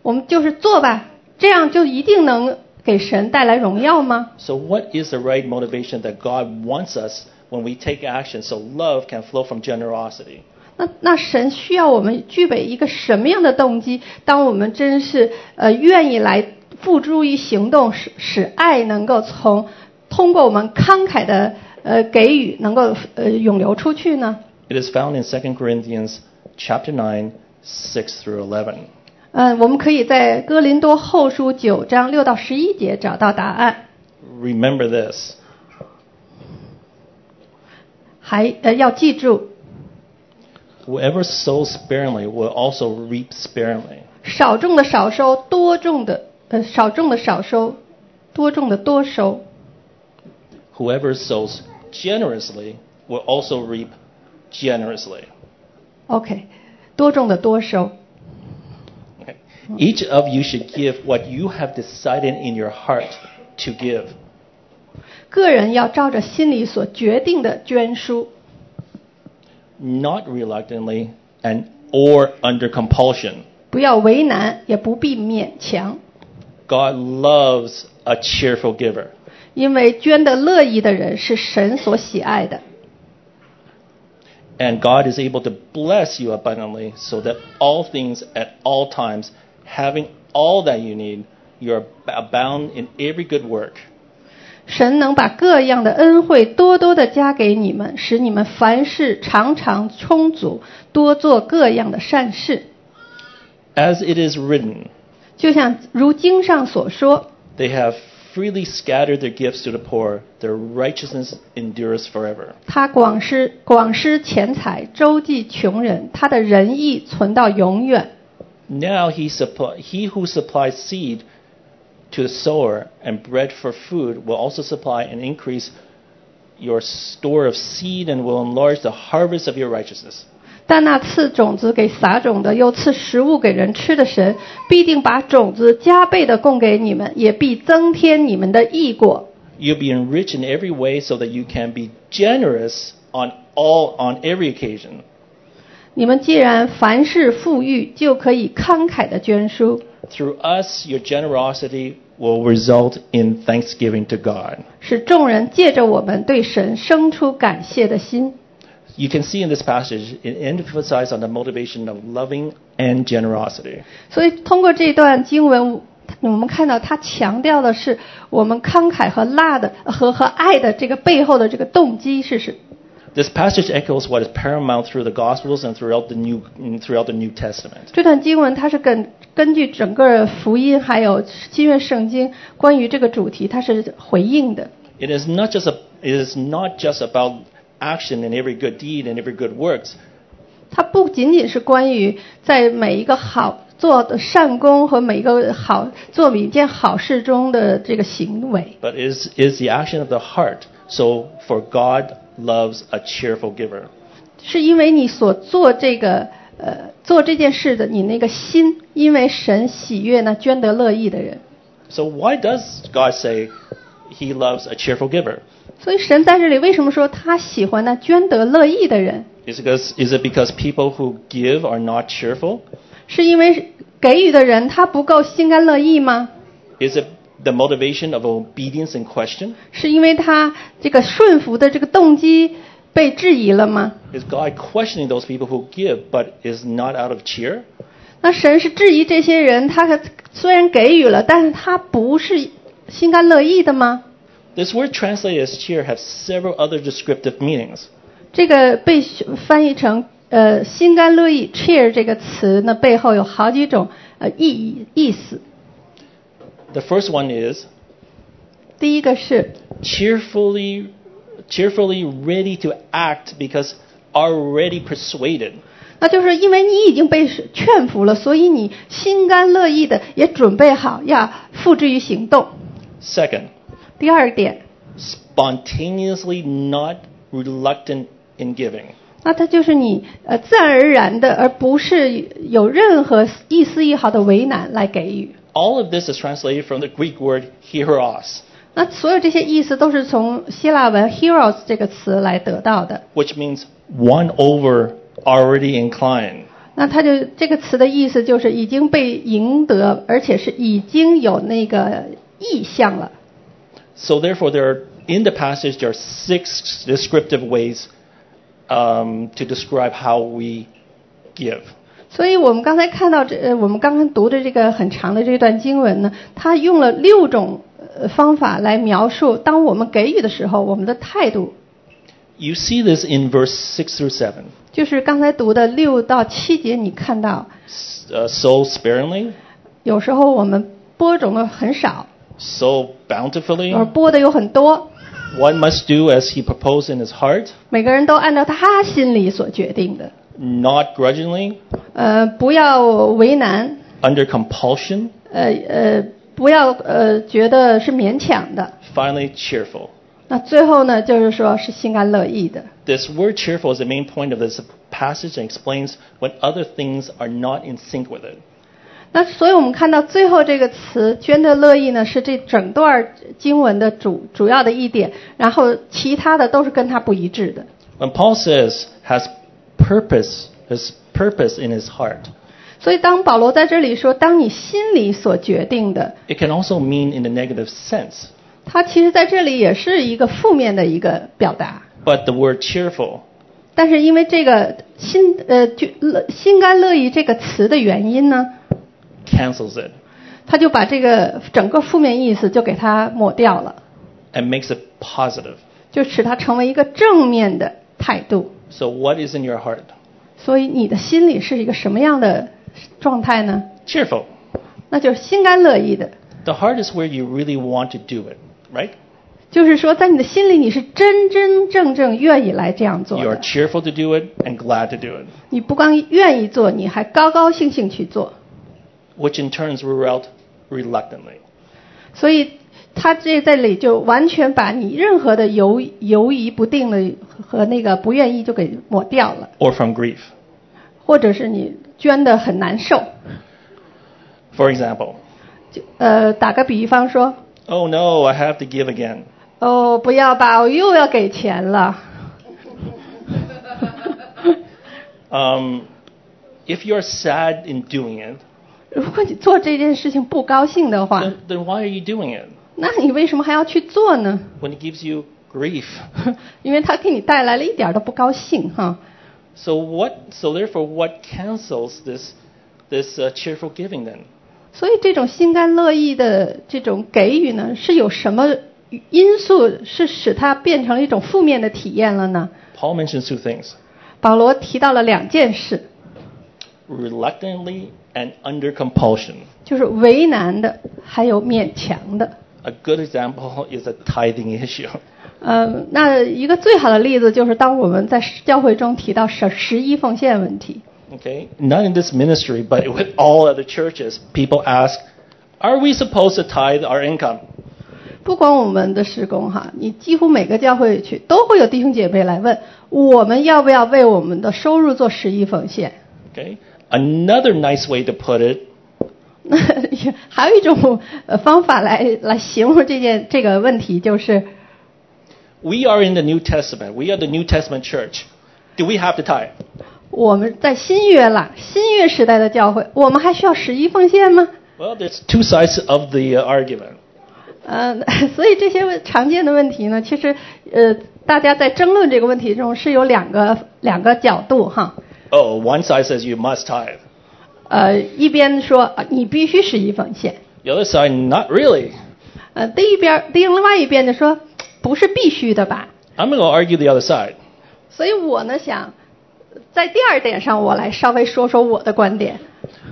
[SPEAKER 2] 我们就是做吧，这样就一定能给神带来荣耀吗？
[SPEAKER 1] So, what is the right motivation that God wants us when we take action so love can flow from generosity?
[SPEAKER 2] 那那神需要我们具备一个什么样的动机？当我们真是呃愿意来付诸于行动，使使爱能够从通过我们慷慨的呃给予，能够呃涌流出去呢？
[SPEAKER 1] It is found in 2 Corinthians chapter 9, 6 through 11.
[SPEAKER 2] 嗯、我们可以在哥林多后书九章六到十一节找到答案，
[SPEAKER 1] Remember this
[SPEAKER 2] 还呃要记住，
[SPEAKER 1] whoever sows sparingly will also reap sparingly.
[SPEAKER 2] 少种的少收，多种的呃少种的少收，多种的多收。
[SPEAKER 1] Whoever sows generously will also reap generously.
[SPEAKER 2] OK，多种的多收。
[SPEAKER 1] Okay. Each of you should give what you have decided in your heart to give,
[SPEAKER 2] 个人要照着心里所决定的捐书，
[SPEAKER 1] not reluctantly and or under compulsion.
[SPEAKER 2] 不要为难，也不必勉强，
[SPEAKER 1] God loves a cheerful giver.
[SPEAKER 2] 因为捐的乐意的人是神所喜爱的。
[SPEAKER 1] And God is able to bless you abundantly so that all things at all times, having all that you need, you are abound in every good work.
[SPEAKER 2] 神能把各样的恩惠多多的加给你们，使你们凡事常常充足，多做各样的善事。
[SPEAKER 1] As it is written,
[SPEAKER 2] 就像如经上所说，
[SPEAKER 1] They have freely scattered their gifts to the poor. Their righteousness endures forever.
[SPEAKER 2] 他广施广施钱财，周济穷人，他的仁义存到永远。
[SPEAKER 1] Now he, supply, he who supplies seed to the sower and bread for food will also supply and increase your store of seed and will enlarge the harvest of your righteousness.
[SPEAKER 2] 但那赐种子给撒种的，又赐食物给人吃的神，必定把种子加倍的供给你们，也必增添你们的义果。
[SPEAKER 1] You'll be enriched in every way so that you can be generous on all on every occasion.
[SPEAKER 2] 你们既然凡事富裕，就可以慷慨的捐书。
[SPEAKER 1] Through us, your generosity will result in thanksgiving to God.
[SPEAKER 2] 使众人借着我们对神生出感谢的心。
[SPEAKER 1] You can see in this passage it emphasizes on the motivation of loving and generosity.
[SPEAKER 2] 所以通过这段经文，我们看到他强调的是我们慷慨和辣的和和爱的这个背后的这个动机是什
[SPEAKER 1] This passage echoes what is paramount through the Gospels and throughout the New throughout the New Testament.
[SPEAKER 2] 这段经文它是根根据整个福音还有新约圣经关于这个主题，它是回应的。
[SPEAKER 1] It is not just a, it is not just about action and every good deed and every good works.
[SPEAKER 2] 它不仅仅是关于在每一个好做的善功和每一个好做每一件好事中的这个行为，
[SPEAKER 1] But it is, it is the action of the heart. So, for God loves a cheerful giver.
[SPEAKER 2] 是因为你所做这个呃做这件事的你那个心，因为神喜悦那捐得乐意的人。
[SPEAKER 1] So, why does God say He loves a cheerful giver?
[SPEAKER 2] 所以神在这里为什么说他喜欢那捐得乐意的人？
[SPEAKER 1] Is it, because, is it because people who give are not cheerful?
[SPEAKER 2] 是因为给予的人他不够心甘乐意吗？
[SPEAKER 1] Is it the motivation of obedience in question?
[SPEAKER 2] 是因为他这个顺服的这个动机被质疑了吗？
[SPEAKER 1] Is God questioning those people who give but is not out of cheer?
[SPEAKER 2] 那神是质疑这些人，他虽然给予了，但是他不是心甘乐意的吗？
[SPEAKER 1] This word translated as cheer has several other descriptive meanings.
[SPEAKER 2] 这个被翻译成呃“心甘乐意 ”（cheer） 这个词呢，背后有好几种呃意义意思。
[SPEAKER 1] The first one is
[SPEAKER 2] 第一个是
[SPEAKER 1] cheerfully cheerfully ready to act because already persuaded.
[SPEAKER 2] 那就是因为你已经被劝服了，所以你心甘乐意的也准备好要付之于行动。
[SPEAKER 1] Second,
[SPEAKER 2] 第二点，
[SPEAKER 1] spontaneously not reluctant in giving.
[SPEAKER 2] 那它就是你呃自然而然的，而不是有任何一丝一毫的为难来给予。
[SPEAKER 1] All of this is translated from the Greek word hieros,
[SPEAKER 2] 那所有这些意思都是从希腊文 “heroes” 这个词来得到的。
[SPEAKER 1] which means won over, already inclined.
[SPEAKER 2] 那它就这个词的意思就是已经被赢得，而且是已经有那个意向了。
[SPEAKER 1] So therefore, there are, in the passage there are six descriptive ways um, to describe how we give.
[SPEAKER 2] 所以我们刚才看到这，呃我们刚刚读的这个很长的这段经文呢，它用了六种呃方法来描述，当我们给予的时候，我们的态度，
[SPEAKER 1] You see this in verse six through seven.
[SPEAKER 2] 就是刚才读的六到七节，你看到，
[SPEAKER 1] S- Uh, sow sparingly,
[SPEAKER 2] 有时候我们播种的很少，
[SPEAKER 1] sow bountifully.
[SPEAKER 2] 而播的有很多，
[SPEAKER 1] One must do as he proposed in his heart,
[SPEAKER 2] 每个人都按照他心里所决定的，
[SPEAKER 1] not grudgingly,
[SPEAKER 2] 呃，不要为难，
[SPEAKER 1] under compulsion,
[SPEAKER 2] 呃呃，不要呃觉得是勉强的。
[SPEAKER 1] finally cheerful.
[SPEAKER 2] 那最后呢，就是说是心甘乐意的。
[SPEAKER 1] This word cheerful is the main point of this passage and explains when other things are not in sync with it.
[SPEAKER 2] 那所以我们看到最后这个词“捐的乐意”呢，是这整段经文的主主要的一点，然后其他的都是跟它不一致的。
[SPEAKER 1] When Paul says has purpose, has purpose in his heart,
[SPEAKER 2] 所以当保罗在这里说“当你心里所决定的
[SPEAKER 1] it can also mean in the negative sense. ”，
[SPEAKER 2] 它其实在这里也是一个负面的一个表达。
[SPEAKER 1] But the word cheerful
[SPEAKER 2] 但是因为这个心呃就乐心甘乐意这个词的原因呢，
[SPEAKER 1] cancels it
[SPEAKER 2] 他就把这个整个负面意思就给它抹掉了，
[SPEAKER 1] and makes it positive.
[SPEAKER 2] 就使它成为一个正面的态度。
[SPEAKER 1] So what is in your heart?
[SPEAKER 2] 所以你的心里是一个什么样的状态呢？
[SPEAKER 1] Cheerful.
[SPEAKER 2] 那就是心甘乐意的，
[SPEAKER 1] The heart is where you really want to do it, right?
[SPEAKER 2] 就是说在你的心里你是真真正正愿意来这样做
[SPEAKER 1] You
[SPEAKER 2] 的
[SPEAKER 1] are。cheerful to do it and glad to do it,
[SPEAKER 2] 你不光愿意做，你还高高兴兴去做。
[SPEAKER 1] which in turns rule out reluctantly.
[SPEAKER 2] 所以他这在里就完全把你任何的犹犹疑不定的和那个不愿意就给抹掉了，
[SPEAKER 1] or from grief.
[SPEAKER 2] 或者是你捐的很难受。
[SPEAKER 1] For example,
[SPEAKER 2] 就呃，打个比方说，
[SPEAKER 1] oh no, I have to give again.
[SPEAKER 2] 哦，不要吧，我又要给钱了。
[SPEAKER 1] Um, if you're sad in doing it,
[SPEAKER 2] 如果你做这件事情不高兴的话，
[SPEAKER 1] then, then why are you doing it?
[SPEAKER 2] 那你为什么还要去做呢？
[SPEAKER 1] When it gives you grief.
[SPEAKER 2] 因为它给你带来了一点儿都不高兴哈。
[SPEAKER 1] So what? So therefore, what cancels this this uh, cheerful giving then?
[SPEAKER 2] 所以这种心甘乐意的这种给予呢，是有什么因素是使它变成了一种负面的体验了呢？
[SPEAKER 1] Paul mentions two things:
[SPEAKER 2] 保罗提到了两件事，
[SPEAKER 1] reluctantly and under compulsion.
[SPEAKER 2] 就是为难的，还有勉强的。
[SPEAKER 1] A good example is a tithing issue.
[SPEAKER 2] 呃，那一个最好的例子就是当我们在教会中提到十十一奉献问题，
[SPEAKER 1] Okay, not in this ministry, but with all other churches, people ask, "Are we supposed to tithe our income?"
[SPEAKER 2] 不光我们的施工哈，你几乎每个教会去都会有弟兄姐妹来问，我们要不要为我们的收入做十一奉献？
[SPEAKER 1] Okay. Another nice way to put it
[SPEAKER 2] 那也 还有一种呃方法来来形容这件这个问题，就是，
[SPEAKER 1] We are in the New Testament. We are the New Testament church. Do we have to tithe?
[SPEAKER 2] 我们在新约啦，新约时代的教会，我们还需要十一奉献吗？
[SPEAKER 1] Well, there's two sides of the uh, argument.
[SPEAKER 2] 呃， 所以这些问常见的问题呢，其实呃，大家在争论这个问题中是有两个两个角度哈。
[SPEAKER 1] Oh, one side says you must tithe.
[SPEAKER 2] 呃，一边说啊你必须十一奉献，
[SPEAKER 1] The other side, not really.
[SPEAKER 2] 呃，另一边另外一边就说不是必须的吧。
[SPEAKER 1] I'm going to argue the other side.
[SPEAKER 2] 所以我呢想，在第二点上我来稍微说说我的观点。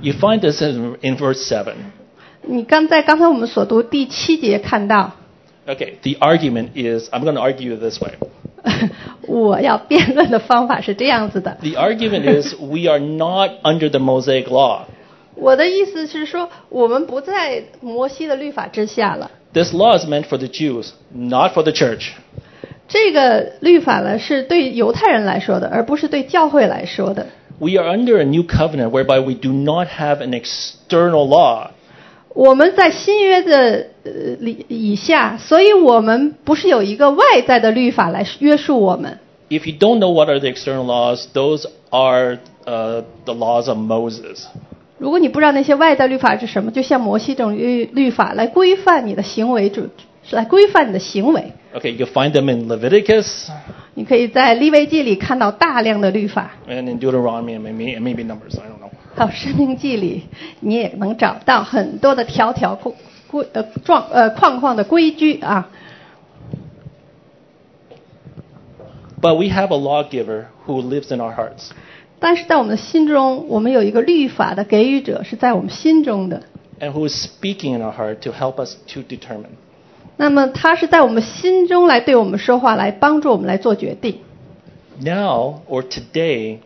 [SPEAKER 1] You find this in, in verse 7.
[SPEAKER 2] 你刚在刚才我们所读第七节看到，
[SPEAKER 1] Okay, the argument is I'm going to argue this way.
[SPEAKER 2] 我要辩论的方法是这样子的。
[SPEAKER 1] The argument is we are not under the Mosaic law.
[SPEAKER 2] 我的意思是说，我们不在摩西的律法之下了。
[SPEAKER 1] This law is meant for the Jews, not for the church.
[SPEAKER 2] 这个律法呢，是对犹太人来说的，而不是对教会来说的。
[SPEAKER 1] We are under a new covenant whereby we do not have an external law.
[SPEAKER 2] 我们在新约的呃里以下，所以我们不是有一个外在的律法来约束我们。
[SPEAKER 1] If you don't know what are the external laws, those are uh, the laws of Moses.
[SPEAKER 2] 如果你不知道那些外在律法是什么，就像摩西这种律律法来规范你的行为，主来规范你的行为。
[SPEAKER 1] Okay, you'll find them in Leviticus
[SPEAKER 2] 你可以在利未记里看到大量的律法，
[SPEAKER 1] and in Deuteronomy and maybe, and maybe Numbers. I don't know.
[SPEAKER 2] 还有生命记里，你也能找到很多的条条规规呃状呃框框的规矩啊。
[SPEAKER 1] But we have a lawgiver who lives in our hearts.
[SPEAKER 2] 但是在我们的心中，我们有一个律法的给予者是在我们心中的。
[SPEAKER 1] and who is speaking in our heart to help us to determine.
[SPEAKER 2] 那么他是在我们心中来对我们说话，来帮助我们来做决定。
[SPEAKER 1] Now or today,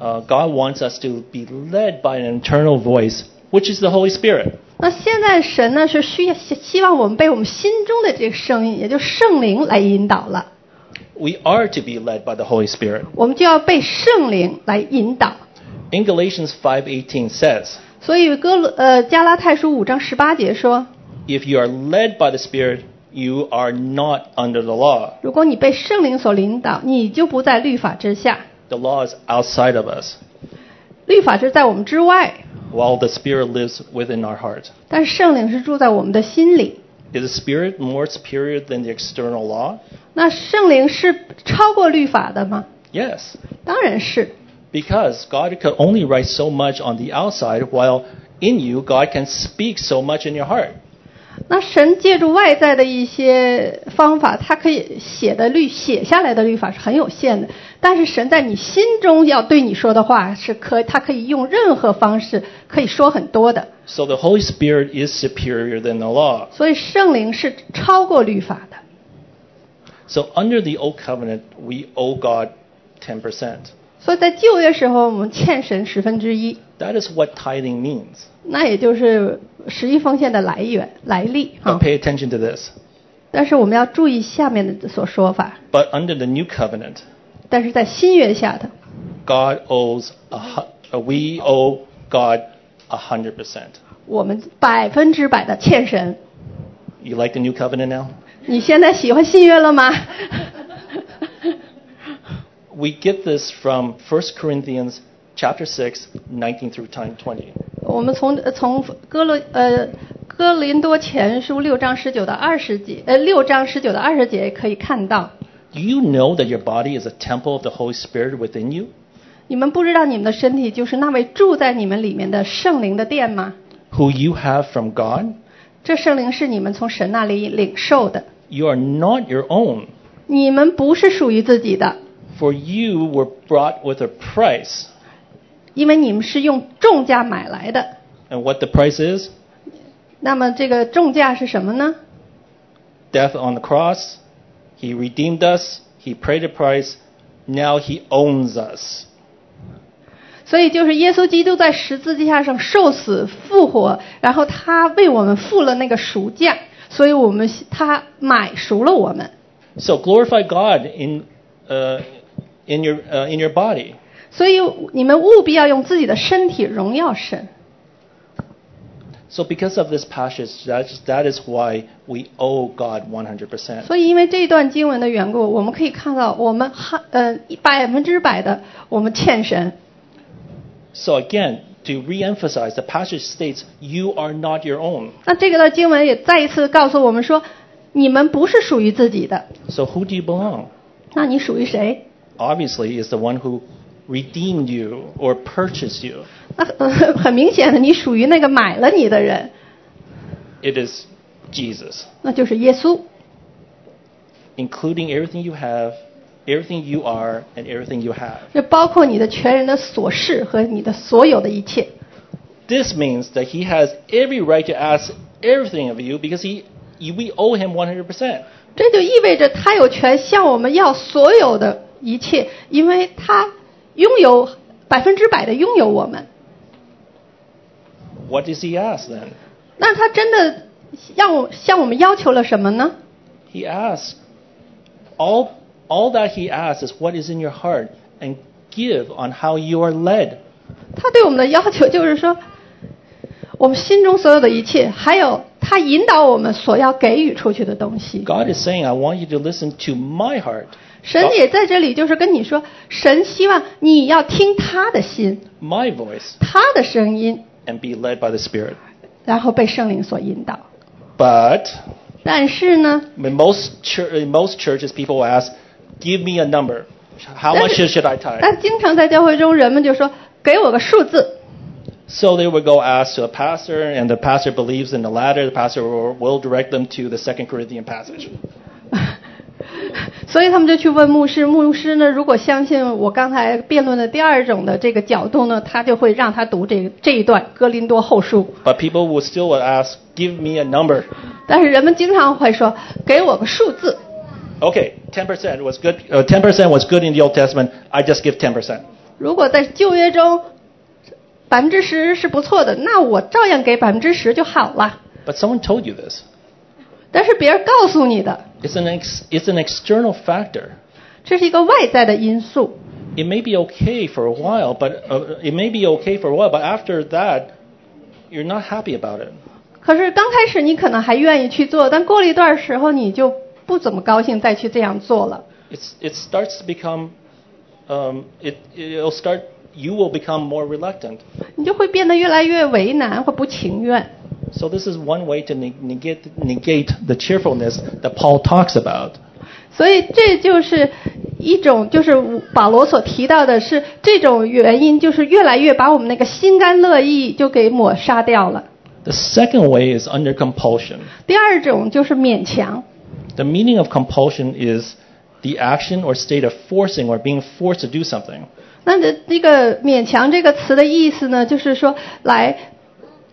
[SPEAKER 1] uh, God wants us to be led by an internal voice, which is the Holy Spirit.
[SPEAKER 2] 那现在神呢是需要希希望我们被我们心中的这个声音，也就是圣灵来引导了。
[SPEAKER 1] We are to be led by the Holy Spirit.
[SPEAKER 2] 我们就要被圣灵来引导。
[SPEAKER 1] In Galatians 5:18 says,
[SPEAKER 2] 所以哥罗呃加拉太书五章十八节说，
[SPEAKER 1] "If you are led by the Spirit, you are not under the law.
[SPEAKER 2] 如果你被圣灵所领导，你就不在律法之下，
[SPEAKER 1] The law is outside of us,
[SPEAKER 2] 律法是在我们之外，
[SPEAKER 1] while the Spirit lives within our heart.
[SPEAKER 2] 但是圣灵是住在我们的心里。
[SPEAKER 1] Is the Spirit more superior than the external law?
[SPEAKER 2] 那圣灵是超过律法的吗？
[SPEAKER 1] Yes.
[SPEAKER 2] 当然是，
[SPEAKER 1] Because God could only write so much on the outside, while in you, God can speak so much in your heart.
[SPEAKER 2] 那神借助外在的一些方法，他可以写的律写下来的律法是很有限的，但是神在你心中要对你说的话是可，他可以用任何方式可以说很多的，
[SPEAKER 1] So the Holy Spirit is superior than the law.
[SPEAKER 2] 所以圣灵是超过律法的。
[SPEAKER 1] So under the Old Covenant, we owe God 10%.
[SPEAKER 2] 所以在旧约时候，我们欠神十分之一，
[SPEAKER 1] That is what tithing means.
[SPEAKER 2] 那也就是十一奉献的来源来历哈
[SPEAKER 1] But。pay attention to this.
[SPEAKER 2] 但是我们要注意下面的所说法，
[SPEAKER 1] But under the new covenant,
[SPEAKER 2] 但是在新约下的，
[SPEAKER 1] God owes a hu- uh, we owe God a hundred percent.
[SPEAKER 2] 我们百分之百的欠神。
[SPEAKER 1] You like the new covenant now?
[SPEAKER 2] 你现在喜欢新约了吗？
[SPEAKER 1] We get this from 1 Corinthians chapter 6, 19 through 20.
[SPEAKER 2] 我们从呃从哥罗呃哥林多前书六章十九到二十节，呃六章十九到二十节可以看到，
[SPEAKER 1] Do you know that your body is a temple of the Holy Spirit within you,
[SPEAKER 2] 你们不知道你们的身体就是那位住在你们里面的圣灵的殿吗？
[SPEAKER 1] who you have from God?
[SPEAKER 2] 这圣灵是你们从神那里领受的，
[SPEAKER 1] You are not your own,
[SPEAKER 2] 你们不是属于自己的，
[SPEAKER 1] for you were brought with a price.
[SPEAKER 2] 因为你们是用重价买来的。
[SPEAKER 1] And what the price is?
[SPEAKER 2] 那么这个重价是什么呢？
[SPEAKER 1] Death on the cross. He redeemed us. He paid a price. Now he owns us.
[SPEAKER 2] 所以就是耶稣基督在十字架上受死复活，然后他为我们付了那个赎价，所以我们他买赎了我们。
[SPEAKER 1] So glorify God in, uh, in, your, uh, in your body.
[SPEAKER 2] 所以你们务必要用自己的身体荣耀神。
[SPEAKER 1] So because of this passage, that's, that is why we owe God 100%.
[SPEAKER 2] 所以因为这段经文的缘故，我们可以看到我们哈呃百分之百的我们欠神。
[SPEAKER 1] So again, to re-emphasize, the passage states, you are not your own.
[SPEAKER 2] 那这个段经文也再一次告诉我们说，你们不是属于自己的，
[SPEAKER 1] So who do you belong?
[SPEAKER 2] 那你属于谁？
[SPEAKER 1] Obviously, is the one who redeemed you or purchased you.
[SPEAKER 2] 那、呃、 很明显的，你属于那个买了你的人，
[SPEAKER 1] It is Jesus,
[SPEAKER 2] 那就是耶稣。
[SPEAKER 1] including everything you have, everything you are, and everything you have.
[SPEAKER 2] 这包括你的全人的琐事和你的所有的一切。
[SPEAKER 1] This means that he has every right to ask everything of you because he, you- we owe him 100%.
[SPEAKER 2] 这就意味着他有权向我们要所有的一切，因为他拥有百分之百的拥有我们。
[SPEAKER 1] What does he ask then?
[SPEAKER 2] 那他真的让我向我们要求了什么呢？
[SPEAKER 1] He asks, all, all that he asks is what is in your heart and give on how you are led.
[SPEAKER 2] 他对我们的要求就是说，我们心中所有的一切，还有他引导我们所要给予出去的东西。
[SPEAKER 1] God is saying, I want you to listen to my heart.
[SPEAKER 2] 神也在这里就是跟你说，神希望你要听他的心，
[SPEAKER 1] my voice
[SPEAKER 2] 他的声音，
[SPEAKER 1] and be led by the Spirit.
[SPEAKER 2] 然后被圣灵所引导。
[SPEAKER 1] But
[SPEAKER 2] 但是呢，
[SPEAKER 1] in most, chur- in most churches, people will ask, give me a number. How much should, should I
[SPEAKER 2] 但
[SPEAKER 1] tithe?
[SPEAKER 2] 经常在教会中，人们就说：“给我个数字。
[SPEAKER 1] So they will go ask to a pastor, and the pastor believes in the latter. The pastor will, will direct them to the Second Corinthian passage. ”
[SPEAKER 2] 所以他们就去问牧师，牧师呢，如果相信我刚才辩论的第二种的这个角度呢，他就会让他读这个这一段《哥林多后书
[SPEAKER 1] But people will still will ask, give me a number.》。
[SPEAKER 2] 但是人们经常会说：“给我个数字。
[SPEAKER 1] Okay, 10% was good. Uh, 10% was good in the Old Testament. I just give 10%. ”
[SPEAKER 2] 如果在旧约中，百分之十是不错的，那我照样给百分之十就好了。
[SPEAKER 1] But someone told you this.
[SPEAKER 2] 但是别人告诉你的，
[SPEAKER 1] It's an, ex- it's an external factor.
[SPEAKER 2] 这是一个外在的因素。
[SPEAKER 1] it may be okay for a while, but uh, it may be okay for a while, but after that, you're not happy about it.
[SPEAKER 2] 可是刚开始你可能还愿意去做，但过了一段时候你就不怎么高兴再去这样做了。
[SPEAKER 1] It's, it starts to become, um, it, it'll start, you will become more reluctant.
[SPEAKER 2] 你就会变得越来越为难或不情愿。
[SPEAKER 1] So this is one way to ne- negate, negate the cheerfulness that Paul talks about.
[SPEAKER 2] 所以这就是一种，就是保罗所提到的是这种原因，就是越来越把我们那个心甘乐意就给抹杀掉了。
[SPEAKER 1] The second way is under compulsion.
[SPEAKER 2] 第二种就是勉强，
[SPEAKER 1] The meaning of compulsion is the action or state of forcing or being forced to do something.
[SPEAKER 2] 那这这个“勉强”这个词的意思呢，就是说来，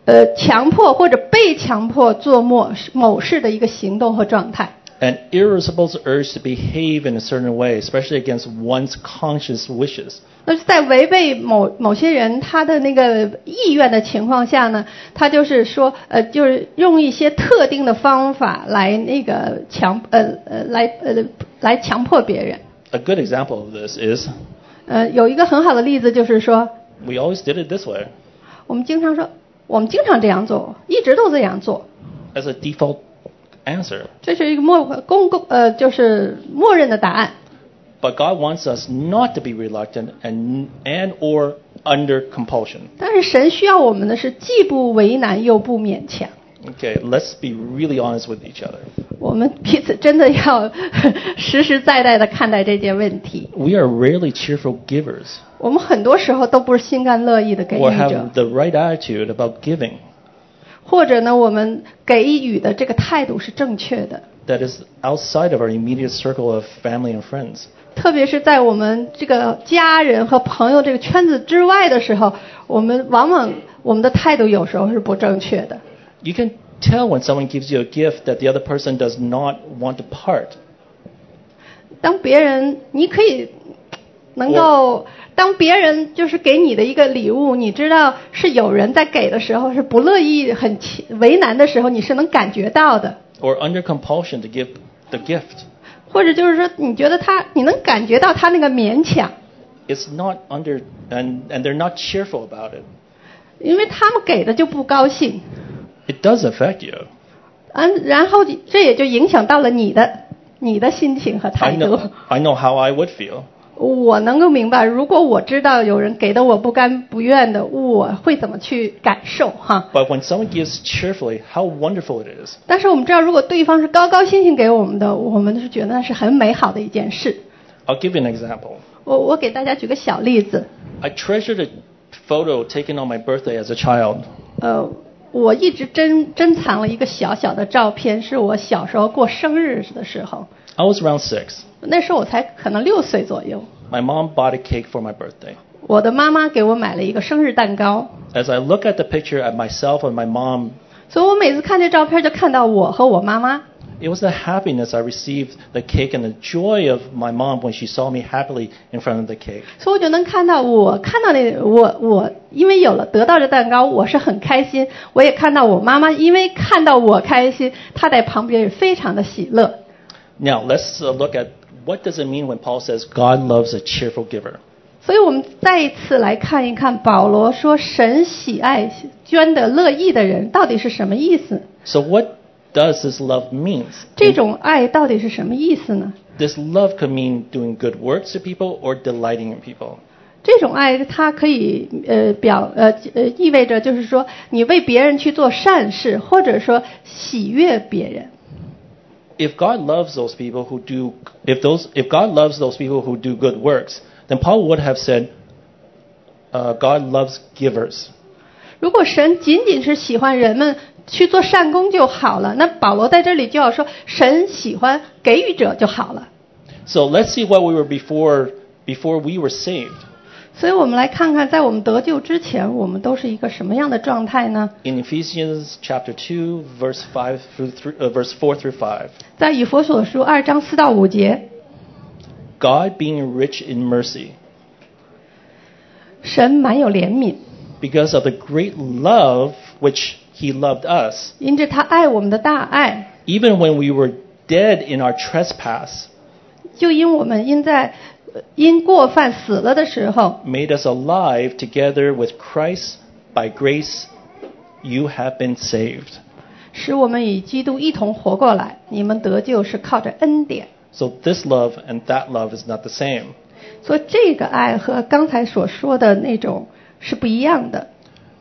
[SPEAKER 2] 呃，强迫或者被强迫做某某事的一个行动和状态。
[SPEAKER 1] an irresistible urge to behave in a certain way, especially against one's conscious wishes.
[SPEAKER 2] 那是在违背某某些人他的那个意愿的情况下呢，他就是说，呃，就是用一些特定的方法来那个强，呃呃，来呃来强迫别人。
[SPEAKER 1] A good example of this is
[SPEAKER 2] 呃，有一个很好的例子就是说，
[SPEAKER 1] we always did it this way
[SPEAKER 2] 我们经常说，我们经常这样做，一直都这样做，
[SPEAKER 1] as a default answer.
[SPEAKER 2] 这是一个默公共呃，就是默认的答案。
[SPEAKER 1] But God wants us not to be reluctant and and or under compulsion.
[SPEAKER 2] 但是神需要我们的是既不为难又不勉强。
[SPEAKER 1] Okay, let's be really honest with each other.
[SPEAKER 2] 我们彼此真的要实实在在的看待这件问题。
[SPEAKER 1] We are rarely cheerful givers
[SPEAKER 2] 我们很多时候都不是心甘乐意的给
[SPEAKER 1] or
[SPEAKER 2] 予者
[SPEAKER 1] have，the right attitude about giving
[SPEAKER 2] 或者呢，我们给予的这个态度是正确的，
[SPEAKER 1] that is outside of our immediate circle of family and friends.
[SPEAKER 2] 特别是在我们这个家人和朋友这个圈子之外的时候，我们往往我们的态度有时候是不正确的。
[SPEAKER 1] You can tell when someone gives you a gift that the other person does not want to part.
[SPEAKER 2] 当别人，你可以能够当别人就是给你的一个礼物，你知道是有人在给的时候是不乐意、很气为难的时候，你是能感觉到的。
[SPEAKER 1] or under compulsion to give the gift.
[SPEAKER 2] 或者就是说，你觉得他，你能感觉到他那个勉强，
[SPEAKER 1] It's not under, and, and they're not cheerful about it.
[SPEAKER 2] 因为他们给的就不高兴，
[SPEAKER 1] It does affect you.
[SPEAKER 2] 嗯，然后这也就影响到了你的你的心情和
[SPEAKER 1] I
[SPEAKER 2] 态度。
[SPEAKER 1] know, I know how I would feel.
[SPEAKER 2] 我能够明白，如果我知道有人给的我不甘不愿的，我会怎么去感受哈。
[SPEAKER 1] But when someone gives cheerfully, how wonderful it is.
[SPEAKER 2] 但是我们知道，如果对方是高高兴兴给我们的，我们是觉得那是很美好的一件事。
[SPEAKER 1] I'll give you an example.
[SPEAKER 2] 我我给大家举个小例子，
[SPEAKER 1] I treasured a photo taken on my birthday as a child.
[SPEAKER 2] 呃，我一直珍珍藏了一个小小的照片，是我小时候过生日的时候，
[SPEAKER 1] I was around six.
[SPEAKER 2] 那时候我才可能六岁左右。
[SPEAKER 1] My mom bought a cake for my birthday.
[SPEAKER 2] 我的妈妈给我买了一个生日蛋糕，
[SPEAKER 1] As I look at the picture of myself and my mom,
[SPEAKER 2] 所以我每次看这照片就看到我和我妈妈。
[SPEAKER 1] it was the happiness I received the cake and the joy of my mom when she saw me happily in front of the cake.
[SPEAKER 2] 所以我就能看到我，看到那我我，因为有了得到这蛋糕，我是很开心。我也看到我妈妈，因为看到我开心，她在旁边也非常的喜乐。
[SPEAKER 1] Now let's uh, look at what does it mean when Paul says God loves a cheerful giver.
[SPEAKER 2] 所以我们再一次来看一看保罗说“神喜爱捐的乐意的人”到底是什么意思？
[SPEAKER 1] So what does this love means?
[SPEAKER 2] 这种爱到底是什么意思呢？
[SPEAKER 1] This love could mean doing good works to people or delighting in people.
[SPEAKER 2] 这种爱，它可以呃表呃呃意味着就是说，你为别人去做善事，或者说喜悦别人。
[SPEAKER 1] If God loves those people who do if those if God loves those people who do good works, then Paul would have said uh, God loves givers.
[SPEAKER 2] 如果神仅仅是喜欢人们去做善功就好了，那保罗在这里就要说，神喜欢给予者就好了。
[SPEAKER 1] So let's see what we were before before we were saved.
[SPEAKER 2] 所以我们来看看，在我们得救之前，我们都是一个什么样的状态呢？
[SPEAKER 1] In Ephesians chapter 2 verse 5 through three, uh, verse 4 through 5.
[SPEAKER 2] 在以佛所书二章四到五节，
[SPEAKER 1] God being rich in mercy,
[SPEAKER 2] 神满有怜悯，
[SPEAKER 1] because of the great love which He loved us,
[SPEAKER 2] 因着他爱我们的大爱，
[SPEAKER 1] even when we were dead in our trespass,
[SPEAKER 2] 就因我们因在呃因过犯死了的时候，
[SPEAKER 1] made us alive together with Christ. By grace, you have been saved.
[SPEAKER 2] 使我们与基督一同活过来。你们得救是靠着恩典，
[SPEAKER 1] So this love and that love is not the same.
[SPEAKER 2] 所以这个爱和刚才所说的那种是不一样的。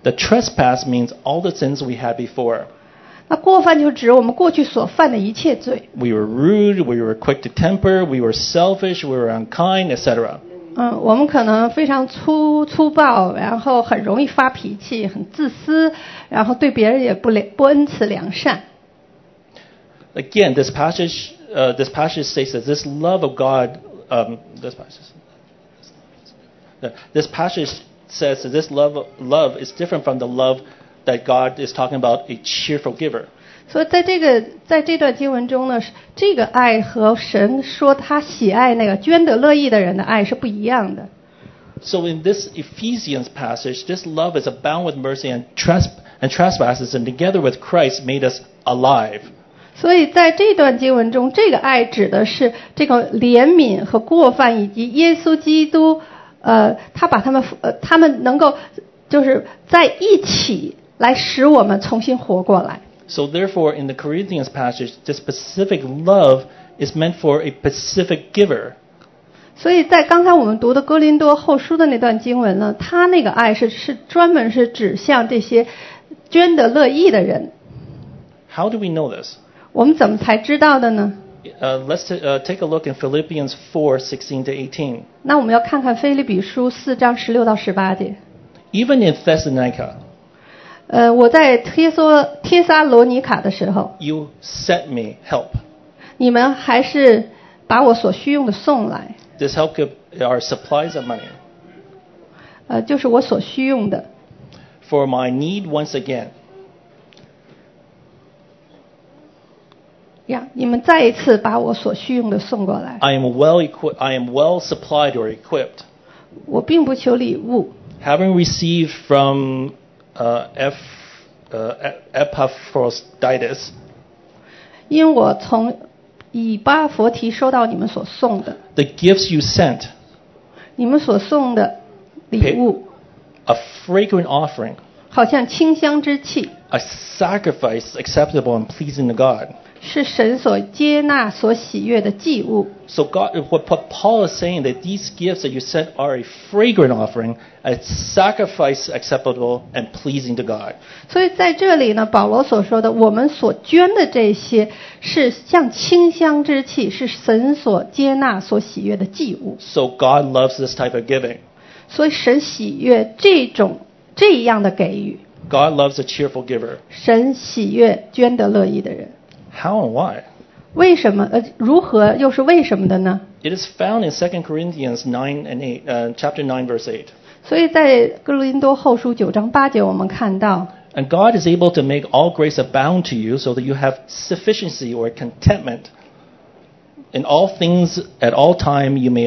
[SPEAKER 1] The trespass means all the sins we had before.
[SPEAKER 2] 那过犯就指我们过去所犯的一切罪。
[SPEAKER 1] We were rude, we were quick to temper, we were selfish, we were unkind, etc.
[SPEAKER 2] 嗯，我们可能非常粗粗暴，然后很容易发脾气，很自私，然后对别人也不良不恩慈良善。
[SPEAKER 1] Again, this passage, uh, this passage states that this love of God, um, this passage, this passage says that this love, love is different from the love that God is talking about, a cheerful giver.
[SPEAKER 2] 所以在这个在这段经文中呢，是这个爱和神说他喜爱那个捐得乐意的人的爱是不一样的。
[SPEAKER 1] So in this Ephesians passage, this love is abound with mercy and, tresp- and trespasses, and together with Christ made us alive.
[SPEAKER 2] 所以在这段经文中，这个爱指的是这个怜悯和过犯，以及耶稣基督，呃，他把他们呃，他们能够就是在一起来使我们重新活过来。
[SPEAKER 1] So therefore, in the Corinthians passage, this specific love is meant for a specific giver.
[SPEAKER 2] 所以在刚才我们读的哥林多后书的那段经文呢，他那个爱是是专门是指向这些捐得乐意的人。
[SPEAKER 1] How do we know this?
[SPEAKER 2] 我们怎么才知道的呢？
[SPEAKER 1] Uh, let's t- uh, take a look in Philippians 4 16 to 18.
[SPEAKER 2] 那我们要看看菲利比书四章十六到十八节。
[SPEAKER 1] Even in Thessalonica,
[SPEAKER 2] 呃，我在帖梭帖撒罗尼卡的时候，
[SPEAKER 1] you sent me help.
[SPEAKER 2] 你们还是把我所需用的送来，
[SPEAKER 1] This help could, are supplies of money.
[SPEAKER 2] 呃，就是我所需用的。
[SPEAKER 1] For my need once again,
[SPEAKER 2] 呀，你们再一次把我所需用的送过来。
[SPEAKER 1] I am well equipped. I am well supplied or equipped,
[SPEAKER 2] 我并不求礼物，
[SPEAKER 1] having received from uh, F, uh, Epaphroditus
[SPEAKER 2] 因我从以巴佛提收到你们所送的，
[SPEAKER 1] the gifts you sent,
[SPEAKER 2] 你们所送的礼物，
[SPEAKER 1] a fragrant offering,
[SPEAKER 2] 好像清香之气，
[SPEAKER 1] a sacrifice acceptable and pleasing to God.
[SPEAKER 2] 是神所接纳、所喜悦的祭物。
[SPEAKER 1] So God, what, what Paul is saying that these gifts that you sent are a fragrant offering, a sacrifice acceptable and pleasing to God.
[SPEAKER 2] 所以在这里呢，保罗所说的，我们所捐的这些是像清香之气，是神所接纳、所喜悦的祭物。
[SPEAKER 1] So God loves this type of giving.
[SPEAKER 2] 所以神喜悦这种这样的给予，
[SPEAKER 1] God loves a cheerful giver.
[SPEAKER 2] 神喜悦捐得乐意的人。
[SPEAKER 1] How and why?
[SPEAKER 2] 为什么？呃，如何又是为什么的呢？
[SPEAKER 1] It is found in 2 Corinthians 9 and 8, uh, chapter 9, verse 8.
[SPEAKER 2] 所以在哥林多后书九章八节，我们看到，
[SPEAKER 1] And God is able to make all grace abound to you so that you have sufficiency or contentment. In all things, at all time, you may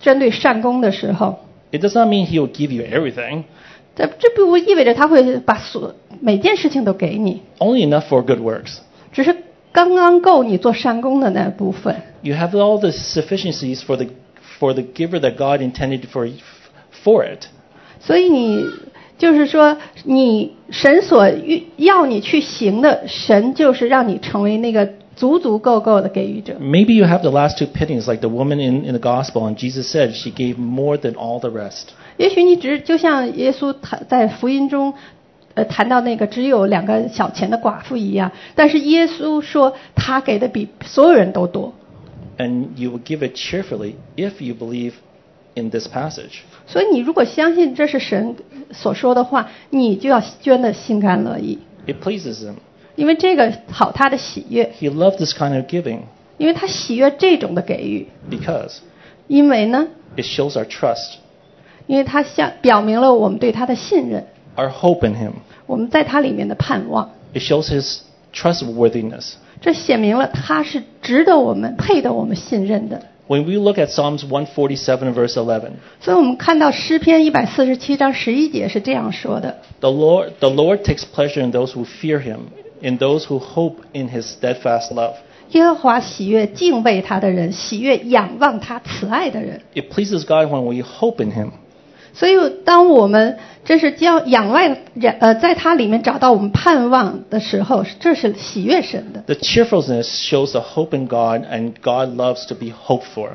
[SPEAKER 2] 针对善功的时候，
[SPEAKER 1] It does not mean He will give you everything,
[SPEAKER 2] 这这并不意味着他会把所每件事情都给你，
[SPEAKER 1] only enough for good works.
[SPEAKER 2] 只是刚刚够你做善功的那部分。
[SPEAKER 1] You have all the sufficiencies for the, for the giver that God intended for, for it.
[SPEAKER 2] 所以你就是说，你神所欲要你去行的，神就是让你成为那个足足够够的给予者。
[SPEAKER 1] Maybe you have the last two pennies, like the woman in, in the gospel, and Jesus said she gave more than all the rest.
[SPEAKER 2] 也许你只就像耶稣谈在福音中，呃，谈到那个只有两个小钱的寡妇一样，但是耶稣说他给的比所有人都多，
[SPEAKER 1] And you will give it cheerfully if you believe in this passage.
[SPEAKER 2] 所以你如果相信这是神所说的话，你就要捐的心甘乐意，
[SPEAKER 1] It pleases him.
[SPEAKER 2] 因为这个讨他的喜悦，
[SPEAKER 1] He loved this kind of giving
[SPEAKER 2] 因为他喜悦这种的给予，
[SPEAKER 1] because
[SPEAKER 2] 因为呢，
[SPEAKER 1] it shows our trust,
[SPEAKER 2] 因为他向表明了我们对他的信任，
[SPEAKER 1] our hope in him.
[SPEAKER 2] 我们在他里面的盼望，
[SPEAKER 1] It shows his trustworthiness.
[SPEAKER 2] 这写明了他是值得我们、配得我们信任的。
[SPEAKER 1] When we look at Psalms 147, verse 11,
[SPEAKER 2] 所以我们看到诗篇一百四十七章十一节是这样说的
[SPEAKER 1] the Lord, the Lord takes pleasure in those who fear him, in those who hope in his steadfast love.：“
[SPEAKER 2] 耶和华喜悦敬畏他的人，喜悦仰望他慈爱的人。
[SPEAKER 1] It pleases God when we hope in him. ”
[SPEAKER 2] 所以，当我们这是将仰望呃，在他里面找到我们盼望的时候，这是喜悦神的。
[SPEAKER 1] The cheerfulness shows the hope in God, and God loves to be hoped for.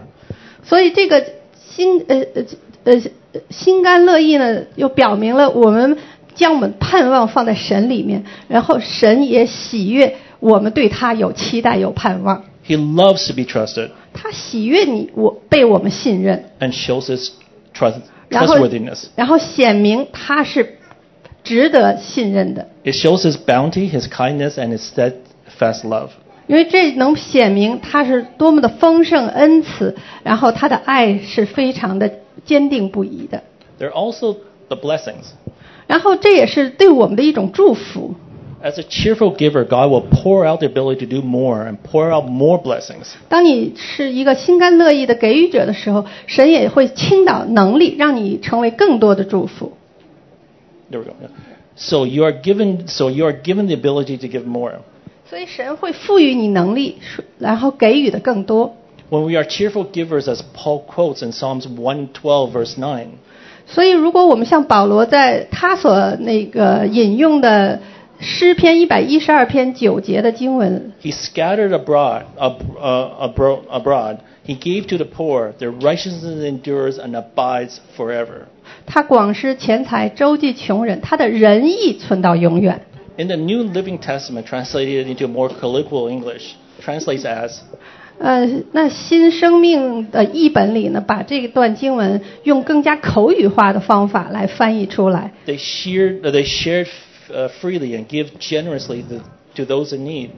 [SPEAKER 2] 所以，这个心呃呃呃呃心甘乐意呢，又表明了我们将我们盼望放在神里面，然后神也喜悦我们对他有期待，有盼望。
[SPEAKER 1] He loves to be trusted
[SPEAKER 2] 他喜悦你，我被我们信任，
[SPEAKER 1] and shows his trust,
[SPEAKER 2] 然后
[SPEAKER 1] trustworthiness.
[SPEAKER 2] 然后显明他是值得信任的，
[SPEAKER 1] It shows his bounty, his kindness, and his steadfast love.
[SPEAKER 2] 因为这能显明他是多么的丰盛恩慈，然后他的爱是非常的坚定不移的。
[SPEAKER 1] There are also the blessings.
[SPEAKER 2] 然后这也是对我们的一种祝福。
[SPEAKER 1] As a cheerful giver, God will pour out the ability to do more and pour out more blessings.
[SPEAKER 2] 当你是一个心甘乐意的给予者的时候，神也会倾倒能力，让你成为更多的祝福。
[SPEAKER 1] There we go. yeah. So you are given so you are given the ability to give more.
[SPEAKER 2] 所以神会赋予你能力，然后给予的更多。
[SPEAKER 1] When we are cheerful givers, as Paul quotes in Psalms 112, verse 9,
[SPEAKER 2] 所以，如果我们像保罗在他所那个引用的诗篇一百一十二篇九节的经文，
[SPEAKER 1] he scattered abroad, ab, uh, abro- abroad, he gave to the poor, their righteousness endures and abides forever.
[SPEAKER 2] 他广施钱财，周济穷人，他的仁义存到永远。
[SPEAKER 1] In the New Living Testament, translated into more colloquial English, translates as
[SPEAKER 2] 呃，那新生命的译本里呢，把这段经文用更加口语化的方法来翻译出来。
[SPEAKER 1] they shared, they shared uh, freely and give generously to, to those in need.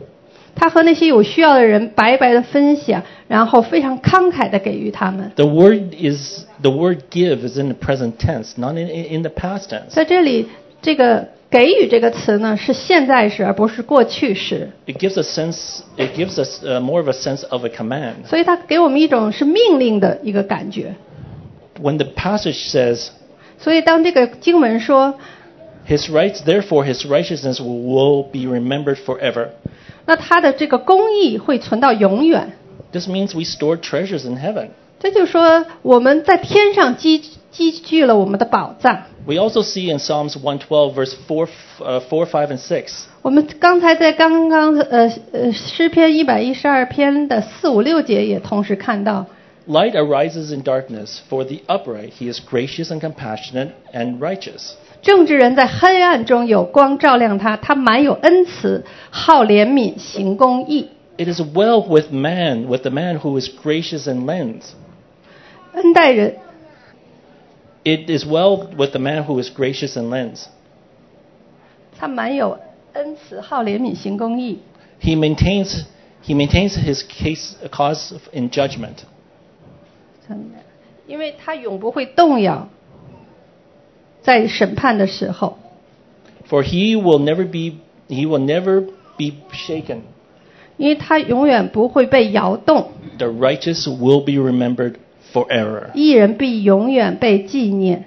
[SPEAKER 2] 他和那些有需要的人白白的分享，然后非常慷慨的给予他们。
[SPEAKER 1] The word is the word give is in the present tense, not in, in the past tense.
[SPEAKER 2] 在这里，这个“给予”这个词呢，是现在时，而不是过去时，
[SPEAKER 1] It gives a sense. It gives us uh, more of a sense of a command.
[SPEAKER 2] 所以它给我们一种是命令的一个感觉。
[SPEAKER 1] When the passage says,
[SPEAKER 2] 所以当这个经文说，
[SPEAKER 1] "His rights, therefore, his righteousness will, will be remembered forever,"
[SPEAKER 2] 那他的这个公义会存到永远，
[SPEAKER 1] this means we store treasures in heaven.
[SPEAKER 2] 这就说我们在天上积积聚了我们的宝藏。
[SPEAKER 1] We also see in Psalms 112, verse 4, uh, 4 5, and 6,
[SPEAKER 2] 我们刚才在刚刚呃呃诗篇一百一十二篇的四五六节也同时看到，
[SPEAKER 1] light arises in darkness. For the upright, he is gracious and compassionate and righteous.
[SPEAKER 2] 正直人在黑暗中有光照亮他，他满有恩慈，好怜悯，行公义。
[SPEAKER 1] It is well with man, with the man who is gracious and lends.
[SPEAKER 2] 恩待人，
[SPEAKER 1] It is well with the man who is gracious and lends.
[SPEAKER 2] 他满有恩慈，好怜悯，行公义。
[SPEAKER 1] He maintains, he maintains his case, cause in judgment.
[SPEAKER 2] 因为他永不会动摇，在审判的时候，
[SPEAKER 1] For he will never be, he will never be shaken.
[SPEAKER 2] 因为他永远不会被摇动。
[SPEAKER 1] The righteous will be remembered forever.
[SPEAKER 2] 一人必永远被纪念。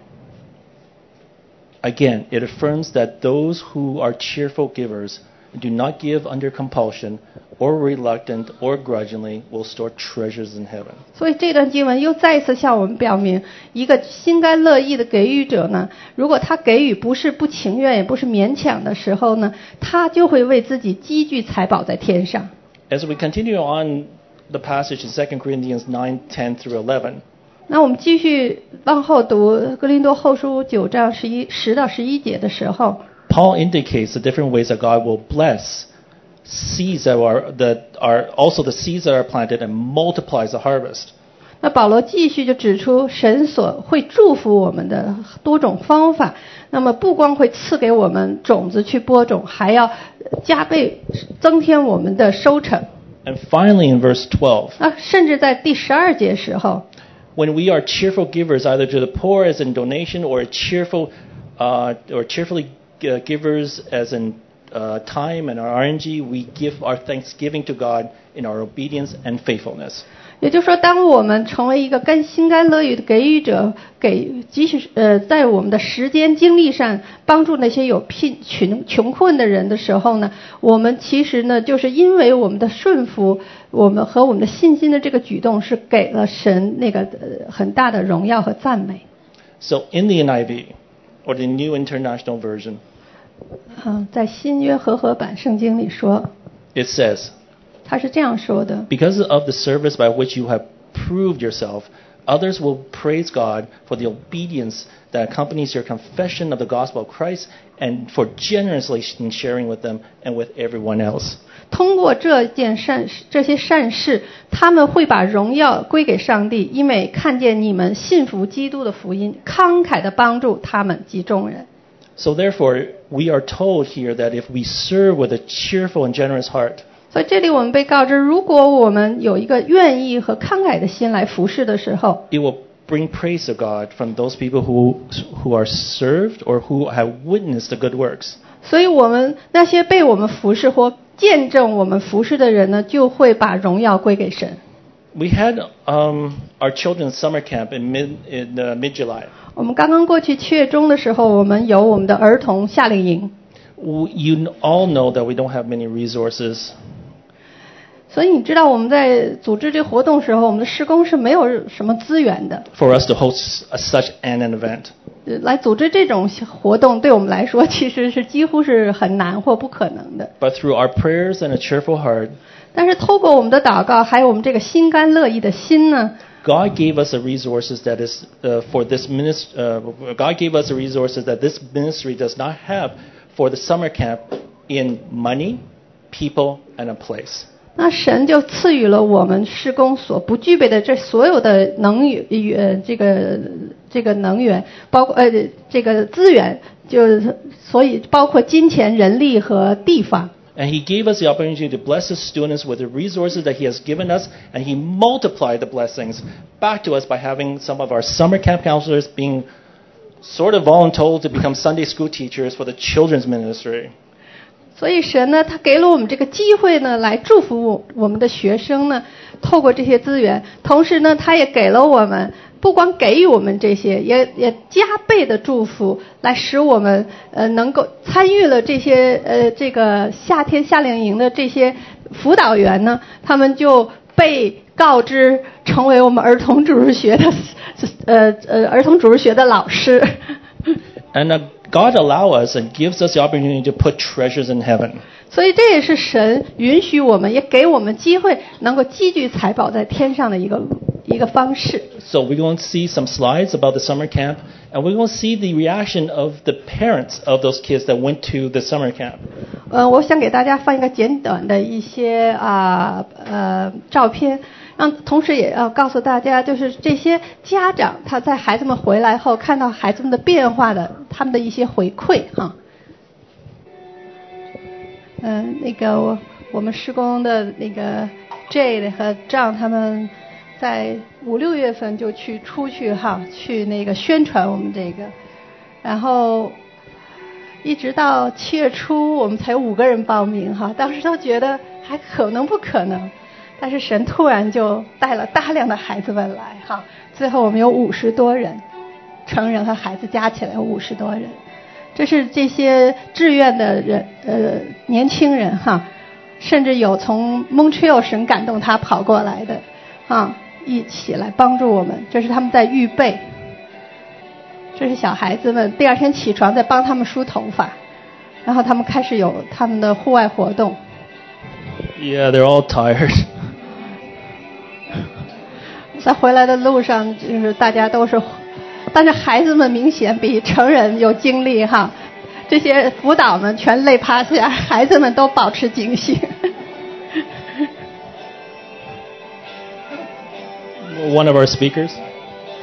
[SPEAKER 1] Again, it affirms that those who are cheerful givers do not give under compulsion or reluctant or grudgingly will store treasures in heaven.
[SPEAKER 2] 所以这段经文又再次向我们表明，一个心甘乐意的给予者呢，如果他给予不是不情愿，也不是勉强的时候呢，他就会为自己积聚财宝在天上。
[SPEAKER 1] As we continue on the passage in 2 Corinthians 9 10 through 11,
[SPEAKER 2] 那我们继续往后读《哥林多后书》九章十一十到十一节的时候，
[SPEAKER 1] Paul indicates the different ways that God will bless seeds that are, that are also the seeds that are planted and multiplies the harvest.
[SPEAKER 2] 那保罗继续就指出，神所会祝福我们的多种方法。那么不光会赐给我们种子去播种，还要加倍增添我们的收成。
[SPEAKER 1] And finally, in verse 12,
[SPEAKER 2] 那甚至在第十二节时候，
[SPEAKER 1] when we are cheerful givers, either to the poor as in donation, or cheerful, uh, or cheerfully uh, givers as in uh, time and our RNG, we give our thanksgiving to God in our obedience and faithfulness.
[SPEAKER 2] 也就是说，当我们成为一个甘心甘乐意的给予者，给即使呃在我们的时间精力上帮助那些有贫穷穷困的人的时候呢，我们其实呢就是因为我们的顺服，我们和我们的信心的这个举动，是给了神那个呃很大的荣耀和赞美。
[SPEAKER 1] So in the NIV, or the New International Version,
[SPEAKER 2] 嗯，在新约和合版圣经里说，
[SPEAKER 1] it says,
[SPEAKER 2] 他是这样说的。
[SPEAKER 1] Because of the service by which you have proved yourself, others will praise God for the obedience that accompanies your confession of the gospel of Christ and for generously sh- in sharing with them and with everyone else.
[SPEAKER 2] 通过这件善事这些善事，他们会把荣耀归给上帝，因为看见你们信服基督的福音，慷慨的帮助他们及众人。
[SPEAKER 1] So therefore, we are told here that if we serve with a cheerful and generous heart,
[SPEAKER 2] 所以这里我们被告知，如果我们有一个愿意和慷慨的心来服侍的时候，
[SPEAKER 1] it will bring praise to God from those people who, who are served or who have witnessed the good works.
[SPEAKER 2] 所以我们那些被我们服侍或见证我们服侍的人呢，就会把荣耀归给神。
[SPEAKER 1] We had um, our children's summer camp in mid in uh, mid July.
[SPEAKER 2] 我们刚刚过去七月中的时候，我们有我们的儿童夏令营，
[SPEAKER 1] You kn- all know that we don't have many resources.
[SPEAKER 2] 所以你知道我们在组织这活动时候，我们的施工是没有什么资源的。
[SPEAKER 1] for us to host s- such an, an event.
[SPEAKER 2] 呃来组织这种活动，对我们来说其实是几乎是很难或不可能的。
[SPEAKER 1] But through our prayers and a cheerful heart,
[SPEAKER 2] 但是透过我们的祷告，还有我们这个心甘乐意的心呢，
[SPEAKER 1] God gave us the resources that is uh, for this ministry. Uh, God gave us the resources that this ministry does not have for the summer camp in money, people, and a place.
[SPEAKER 2] 那神就赐予了我们施工所不具备的这所有的能源，呃，这个这个能源，包括呃这个资源，就是所以包括金钱、人力和地方。
[SPEAKER 1] And He gave us the opportunity to bless His students with the resources that He has given us, and He multiplied the blessings back to us by having some of our summer camp counselors being sort of voluntold to become Sunday school teachers for the children's ministry.
[SPEAKER 2] 所以神呢，他给了我们这个机会呢，来祝福我我们的学生呢，透过这些资源，同时呢，他也给了我们，不光给予我们这些，也也加倍的祝福，来使我们呃能够参与了这些呃这个夏天夏令营的这些辅导员呢，他们就被告知成为我们儿童主日学的呃呃儿童主日学的老师。
[SPEAKER 1] And uh, God allow us and gives us the opportunity to put treasures in heaven.
[SPEAKER 2] 所以这也是神允许我们，也给我们机会，能够积聚财宝在天上的一个一个方式。
[SPEAKER 1] So we're going to see some slides about the summer camp, and we're going to see the reaction of the parents of those kids that went to the summer camp.
[SPEAKER 2] 呃，我想给大家放一个简短的一些啊呃照片，让同时也要告诉大家，就是这些家长他在孩子们回来后看到孩子们的变化的，他们的一些回馈哈。嗯、那个我我们施工的那个 Jade 和 John 他们在五六月份就去出去哈，去那个宣传我们这个，然后一直到七月初，我们才有五个人报名哈，当时都觉得还可能不可能，但是神突然就带了大量的孩子们来哈，最后我们有五十多人，成人和孩子加起来有五十多人，这是这些志愿的人呃年轻人哈，甚至有从 Montreal 省感动他跑过来的啊，一起来帮助我们，这是他们在预备。这是小孩子们第二天起床在帮他们梳头发，然后他们开始有他们的户外活动。
[SPEAKER 1] Yeah, they're all tired.
[SPEAKER 2] 在回来的路上，就是大家都是，但是孩子们明显比成人有精力哈。这些辅导们全累趴下，孩子们都保持警醒。
[SPEAKER 1] One of our speakers.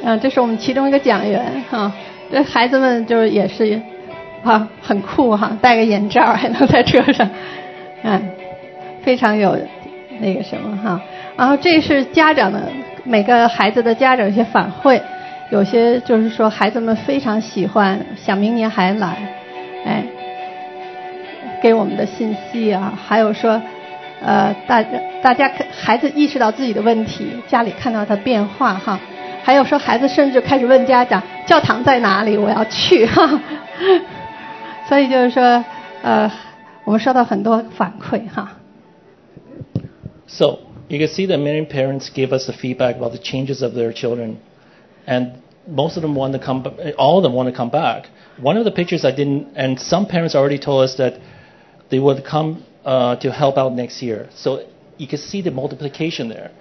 [SPEAKER 2] 嗯，这是我们其中一个讲员哈，这孩子们就是也是，啊，很酷哈，戴个眼罩 还能在车上，嗯，非常有那个什么哈。然后这是家长的每个孩子的家长一些反馈，有些就是说孩子们非常喜欢，想明年还来，哎，给我们的信息啊，还有说，呃，大家大家看孩子意识到自己的问题，家里看到他变化哈，还有说孩子甚至开始问家长教堂在哪里，我要去哈， 所以就是说，呃，我们收到很多反馈哈。
[SPEAKER 1] So you can see that many parents gave us the feedback about the changes of their children, and most of them want to come. All of them want to come back. One of the pictures I didn't, and some parents already told us that they would come uh, to help out next year. So you can see the multiplication there,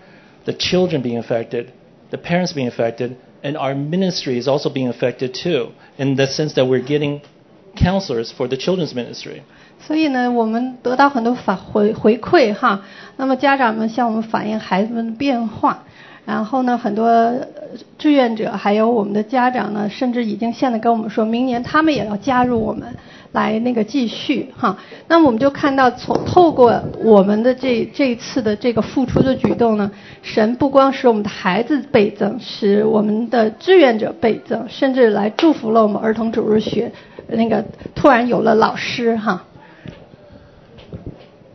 [SPEAKER 1] the children being affected, the parents being affected, and our ministry is also being affected too, in the sense that we're getting counselors for the children's ministry.
[SPEAKER 2] 所以呢，我们得到很多反回回馈哈。那么家长们向我们反映孩子们的变化，然后呢，很多呃志愿者还有我们的家长呢，甚至已经现在跟我们说，明年他们也要加入我们来那个继续哈。那么我们就看到从透过我们的这这一次的这个付出的举动呢，神不光使我们的孩子倍增，使我们的志愿者倍增，甚至来祝福了我们儿童主日学那个突然有了老师哈。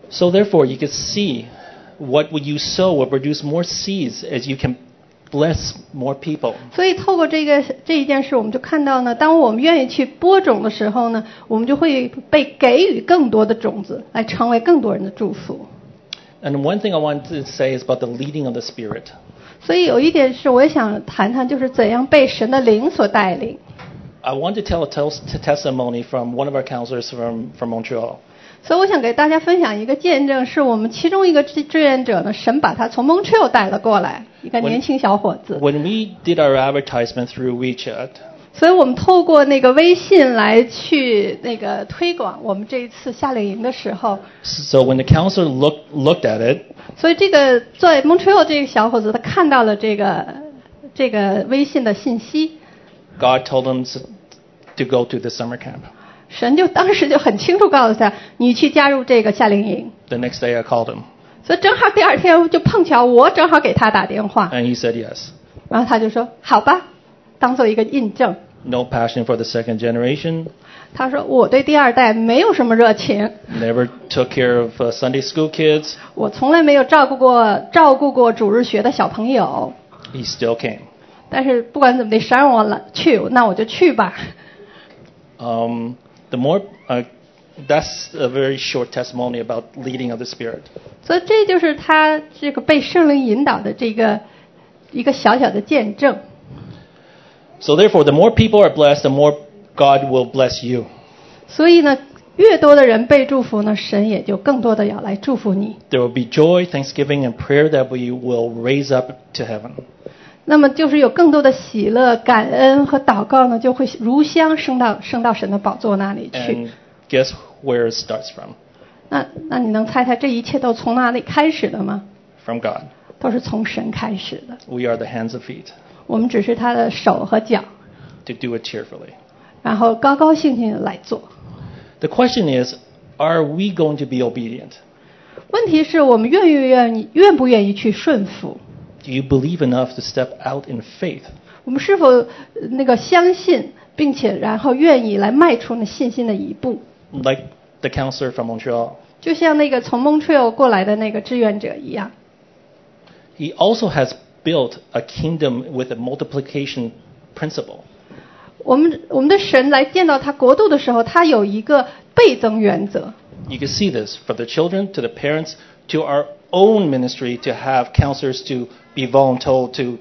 [SPEAKER 1] So therefore, you can see what would you sow will produce more seeds as you can bless more people.
[SPEAKER 2] 所以透过这个这一件事，我们就看到呢，当我们愿意去播种的时候呢，我们就会被给予更多的种子，来成为更多人的祝福。
[SPEAKER 1] And one thing I want to say is about the leading of the Spirit.
[SPEAKER 2] 所以有一点是我也想谈谈，就是怎样被神的灵所带领。
[SPEAKER 1] I want to tell a tes- testimony from one of our counselors from, from Montreal.
[SPEAKER 2] 所以我想给大家分享一个见证，是我们其中一个志志愿者呢，神把他从蒙特利尔带了过来，一个
[SPEAKER 1] 我
[SPEAKER 2] 年轻小伙子。
[SPEAKER 1] When we did our advertisement through WeChat,
[SPEAKER 2] 所以我们透过那个微信来去那个推广我们这一次夏令营的时候，
[SPEAKER 1] so when the counselor looked, looked at it,
[SPEAKER 2] 所以这个在 Montreal 这个小伙子，他看到了这个这个微信的信息，
[SPEAKER 1] God told him s- to go to the summer camp.
[SPEAKER 2] 神就当时就很清楚告诉他，你去加入这个夏令营。
[SPEAKER 1] The next day I called him
[SPEAKER 2] 所以正好第二天就碰巧我正好给他打电话，
[SPEAKER 1] and he said yes.
[SPEAKER 2] 然后他就说好吧，当做一个印证。
[SPEAKER 1] No passion for the second generation,
[SPEAKER 2] 他说我对第二代没有什么热情，
[SPEAKER 1] never took care of uh, Sunday school kids.
[SPEAKER 2] 我从来没有照顾过照顾过主日学的小朋友，
[SPEAKER 1] He still came.
[SPEAKER 2] 但是不管怎么地，谁让我来去，那我就去吧。
[SPEAKER 1] Um, the more, uh, that's a very short testimony about leading of the Spirit.
[SPEAKER 2] 所以这就是他这个被圣灵引导的这个一个小小的见证。
[SPEAKER 1] So therefore, the more people are blessed, the more God will bless you.
[SPEAKER 2] 所以呢，越多的人被祝福呢，神也就更多的要来祝福你。
[SPEAKER 1] There will be joy, thanksgiving, and prayer that we will raise up to heaven.
[SPEAKER 2] 那么就是有更多的喜乐、感恩和祷告呢，就会如香升到升到神的宝座那里去。
[SPEAKER 1] And guess where it starts from?
[SPEAKER 2] 那那你能猜猜这一切都从哪里开始的吗？
[SPEAKER 1] From God.
[SPEAKER 2] 都是从神开始的。
[SPEAKER 1] We are the hands and feet
[SPEAKER 2] 我们只是他的手和脚，
[SPEAKER 1] to do it cheerfully.
[SPEAKER 2] 然后高高兴兴的来做。
[SPEAKER 1] The question is, are we going to be obedient?
[SPEAKER 2] 问题是我们愿不愿意愿不愿意去顺服？
[SPEAKER 1] Do you believe enough to step out in faith?
[SPEAKER 2] 我们是否呃那个相信，并且然后愿意来迈出那信心的一步？
[SPEAKER 1] Like the counselor from Montreal.
[SPEAKER 2] 就像那个从 Montreal 过来的那个志愿者一样，
[SPEAKER 1] He also has built a kingdom with a multiplication principle.
[SPEAKER 2] 我们我们的神来见到他国度的时候，他有一个倍增原则。
[SPEAKER 1] You can see this from the children to the parents to our own ministry to have counselors to be voluntold to,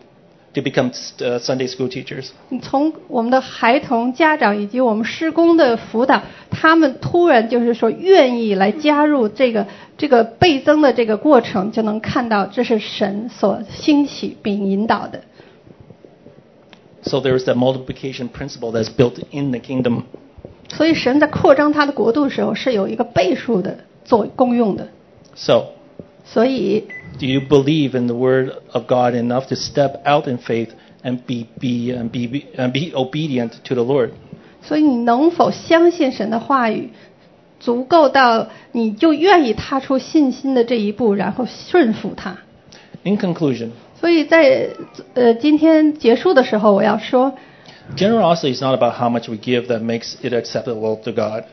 [SPEAKER 1] to become uh, Sunday school teachers.
[SPEAKER 2] 你从我们的孩童、家长以及我们施工的辅导，他们突然就是说愿意来加入这个这个倍增的这个过程，就能看到这是神所兴起并引导的。
[SPEAKER 1] So there is that multiplication principle that's built in the kingdom.
[SPEAKER 2] 所以神在扩张他的国度的时候是有一个倍数的作功用的。
[SPEAKER 1] So,
[SPEAKER 2] 所以，
[SPEAKER 1] do you believe in the word of God enough to step out in faith and be, be, and be, be, and be obedient to the Lord?
[SPEAKER 2] 所以你能否相信神的话语，足够到你就愿意踏出信心的这一步，然后顺服他。
[SPEAKER 1] In conclusion,
[SPEAKER 2] 所以在呃今天结束的时候，我要说，
[SPEAKER 1] generosity is not about how much we give that makes it acceptable to God.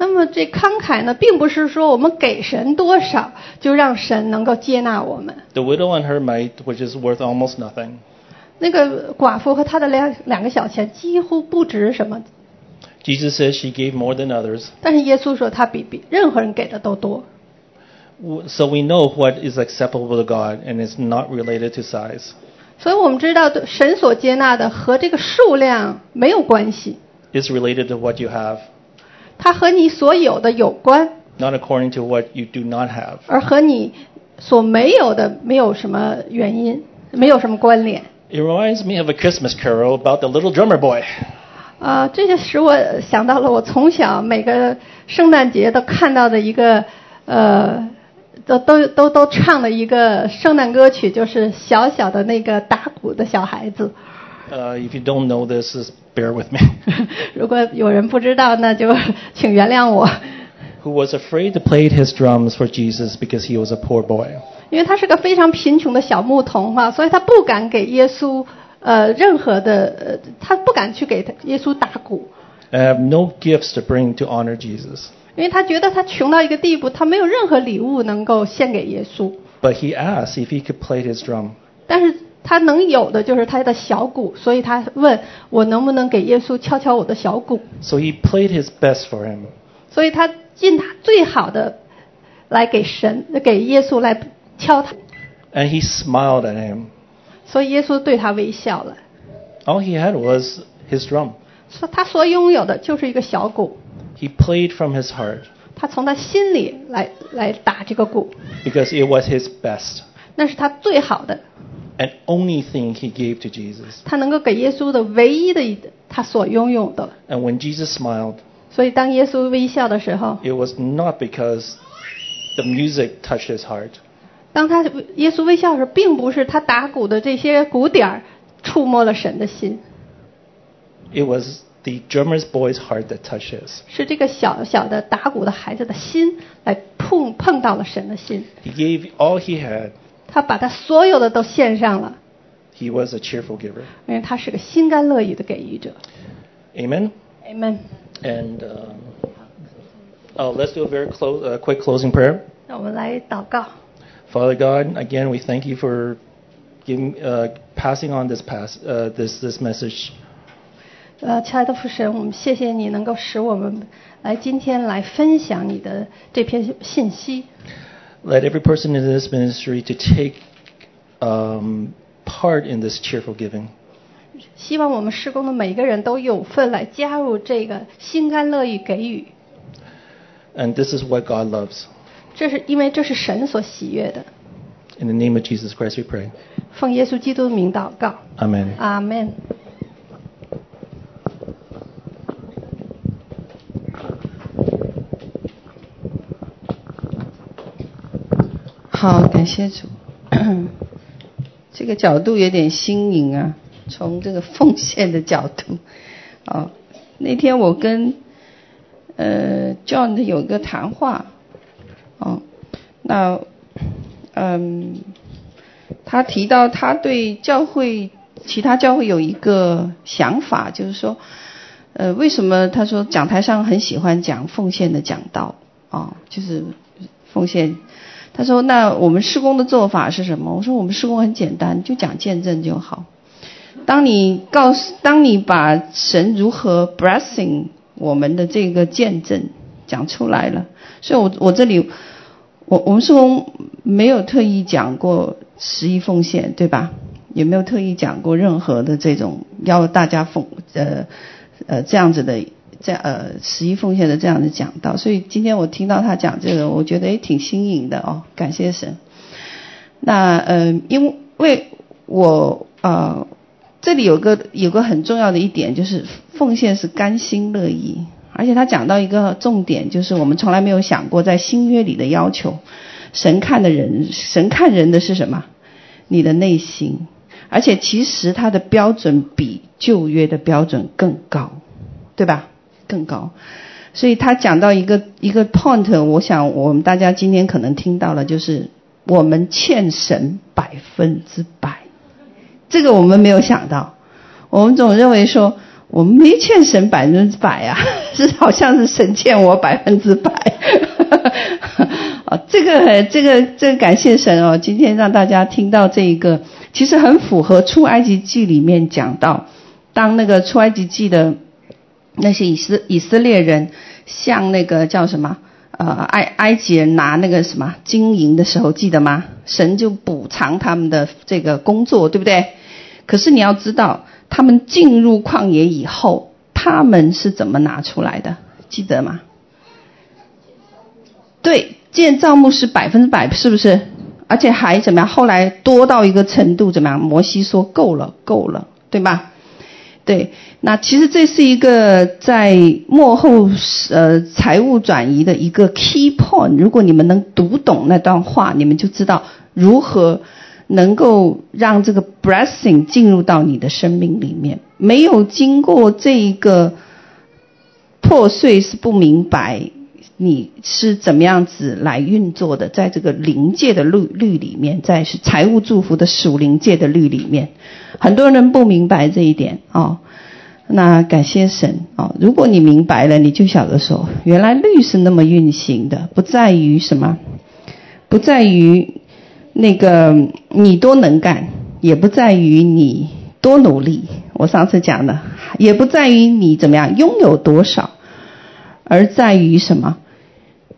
[SPEAKER 2] 那么这慷慨呢，并不是说我们给神多少就让神能够接纳我们。
[SPEAKER 1] The widow and her mite, which is worth almost nothing,
[SPEAKER 2] 那个寡妇和她的两两个小钱几乎不值什么，
[SPEAKER 1] Jesus says she gave more than others.
[SPEAKER 2] 但是耶稣说她比比任何人给的都多。
[SPEAKER 1] W- So we know what is acceptable to God and it's not related to size.
[SPEAKER 2] 所以我们知道，对神所接纳的和这个数量没有关系，
[SPEAKER 1] It's related to what you have,
[SPEAKER 2] 它和你所有的有关，
[SPEAKER 1] not according to what you do not have.
[SPEAKER 2] 而和你所没有的没有什么原因，没有什么关联。
[SPEAKER 1] It reminds me of a Christmas carol about the little drummer boy.
[SPEAKER 2] 呃，这就使我想到了我从小每个圣诞节都看到的一个呃，都都都都唱的一个圣诞歌曲，就是小小的那个打鼓的小孩子。
[SPEAKER 1] Uh, if you don't know this, just bear with me.
[SPEAKER 2] 如果有人不知道，那就请原谅我，
[SPEAKER 1] Who was afraid to play his drums for Jesus because he was a poor boy.
[SPEAKER 2] 因为他是个非常贫穷的小牧童哈、所以他不敢给耶稣呃任何的呃，他不敢去给他耶稣打鼓，
[SPEAKER 1] I have Um, no gifts to bring to honor Jesus.
[SPEAKER 2] 因为他觉得他穷到一个地步，他没有任何礼物能够献给耶稣。
[SPEAKER 1] But he asked if he could play his drum.
[SPEAKER 2] 但是他能有的就是他的小鼓，所以他问我能不能给耶稣敲敲我的小鼓，
[SPEAKER 1] So he played his best for him.
[SPEAKER 2] 所以他尽他最好的来给神、给耶稣来敲他，
[SPEAKER 1] And he smiled at him.
[SPEAKER 2] 所以耶稣对他微笑了。
[SPEAKER 1] All he had was his drum.
[SPEAKER 2] 所他所拥有的就是一个小鼓，
[SPEAKER 1] He played from his heart
[SPEAKER 2] 他从他心里来来打这个鼓，
[SPEAKER 1] because it was his best
[SPEAKER 2] 那是他最好的，
[SPEAKER 1] and only thing he gave to Jesus.
[SPEAKER 2] 他能够给耶稣的唯一的一他所拥有的。
[SPEAKER 1] And when Jesus smiled,
[SPEAKER 2] 所以当耶稣微笑的时候，
[SPEAKER 1] it was not because the music touched his heart,
[SPEAKER 2] 当他耶稣微笑的时候，并不是他打鼓的这些鼓点儿触摸了神的心，
[SPEAKER 1] it was the drummer's boy's heart that touched his.
[SPEAKER 2] 是这个小小的打鼓的孩子的心来碰碰到了神的心，
[SPEAKER 1] He gave all he had.
[SPEAKER 2] 他把他所有的都献上了，
[SPEAKER 1] He was a cheerful giver.
[SPEAKER 2] 因为他是个心甘乐意的给予者。
[SPEAKER 1] Amen.
[SPEAKER 2] Amen。
[SPEAKER 1] And um, oh, let's do a very close, uh, quick closing prayer.
[SPEAKER 2] 那我们来祷告，
[SPEAKER 1] Father God, again we thank you for giving, uh, passing on this pass, uh, this this message.
[SPEAKER 2] 呃，亲爱的父神，我们谢谢你能够使我们来今天来分享你的这篇信息。
[SPEAKER 1] Let every person in this ministry to take um, part in this cheerful giving.
[SPEAKER 2] 希望我们施工的每个人都有份来加入这个心甘乐意给予，
[SPEAKER 1] And this is what God loves.
[SPEAKER 2] 这是因为这是神所喜悦的。
[SPEAKER 1] In the name of Jesus Christ, we pray.
[SPEAKER 2] 奉耶稣基督的名祷告，
[SPEAKER 1] Amen.
[SPEAKER 2] 阿门。
[SPEAKER 3] 好，感谢主。 这个角度有点新颖啊，从这个奉献的角度。哦，那天我跟呃 John 的有一个谈话，哦，那嗯，他提到他对教会其他教会有一个想法，就是说，呃，为什么他说讲台上很喜欢讲奉献的讲道啊、哦，就是奉献他说：“那我们施工的做法是什么？”我说：“我们施工很简单，就讲见证就好。当你告诉，当你把神如何 blessing 我们的这个见证讲出来了，所以我我这里，我我们施工没有特意讲过十一奉献，对吧？也没有特意讲过任何的这种要大家奉呃呃这样子的这样呃十一奉献的这样的讲道，所以今天我听到他讲这个，我觉得也挺新颖的哦，感谢神。那呃，因为我呃这里有个有个很重要的一点就是奉献是甘心乐意，而且他讲到一个重点，就是我们从来没有想过在新约里的要求，神看的人，神看人的是什么？你的内心，而且其实它的标准比旧约的标准更高，对吧？更高。所以他讲到一个一个 point，我想我们大家今天可能听到了，就是我们欠神百分之百，这个我们没有想到，我们总认为说我们没欠神百分之百啊， 是好像是神欠我百分之百。 啊，这个这个这个感谢神哦，今天让大家听到这一个，其实很符合出埃及记里面讲到，当那个出埃及记的那些以色以色列人向那个叫什么呃埃埃及人拿那个什么金银的时候，记得吗？神就补偿他们的这个工作，对不对？可是你要知道，他们进入旷野以后，他们是怎么拿出来的？记得吗？对，建造木是百分之百，是不是？而且还怎么样？后来多到一个程度，怎么样？摩西说够了，够了，对吧？对，那其实这是一个在幕后呃财务转移的一个 key point。如果你们能读懂那段话，你们就知道如何能够让这个 blessing 进入到你的生命里面。没有经过这一个破碎，是不明白你是怎么样子来运作的，在这个灵界的律律里面，在是财务祝福的属灵界的律里面，很多人不明白这一点哦。那感谢神哦，如果你明白了，你就晓得说，原来律是那么运行的，不在于什么，不在于那个你多能干，也不在于你多努力。我上次讲的，也不在于你怎么样拥有多少，而在于什么？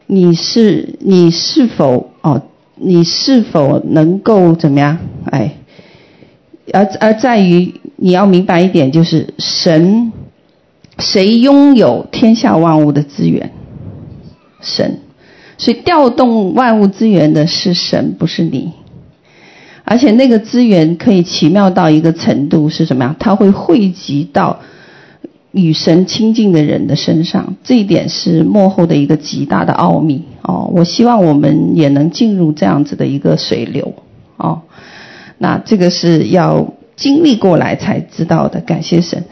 [SPEAKER 3] 你是你是否哦，你是否能够怎么样？哎，而而在于你要明白一点，就是神，谁拥有天下万物的资源？神，所以调动万物资源的是神，不是你。而且那个资源可以奇妙到一个程度是什么呀？它会汇集到与神亲近的人的身上，这一点是幕后的一个极大的奥秘哦。我希望我们也能进入这样子的一个水流哦。那这个是要经历过来才知道的，感谢神。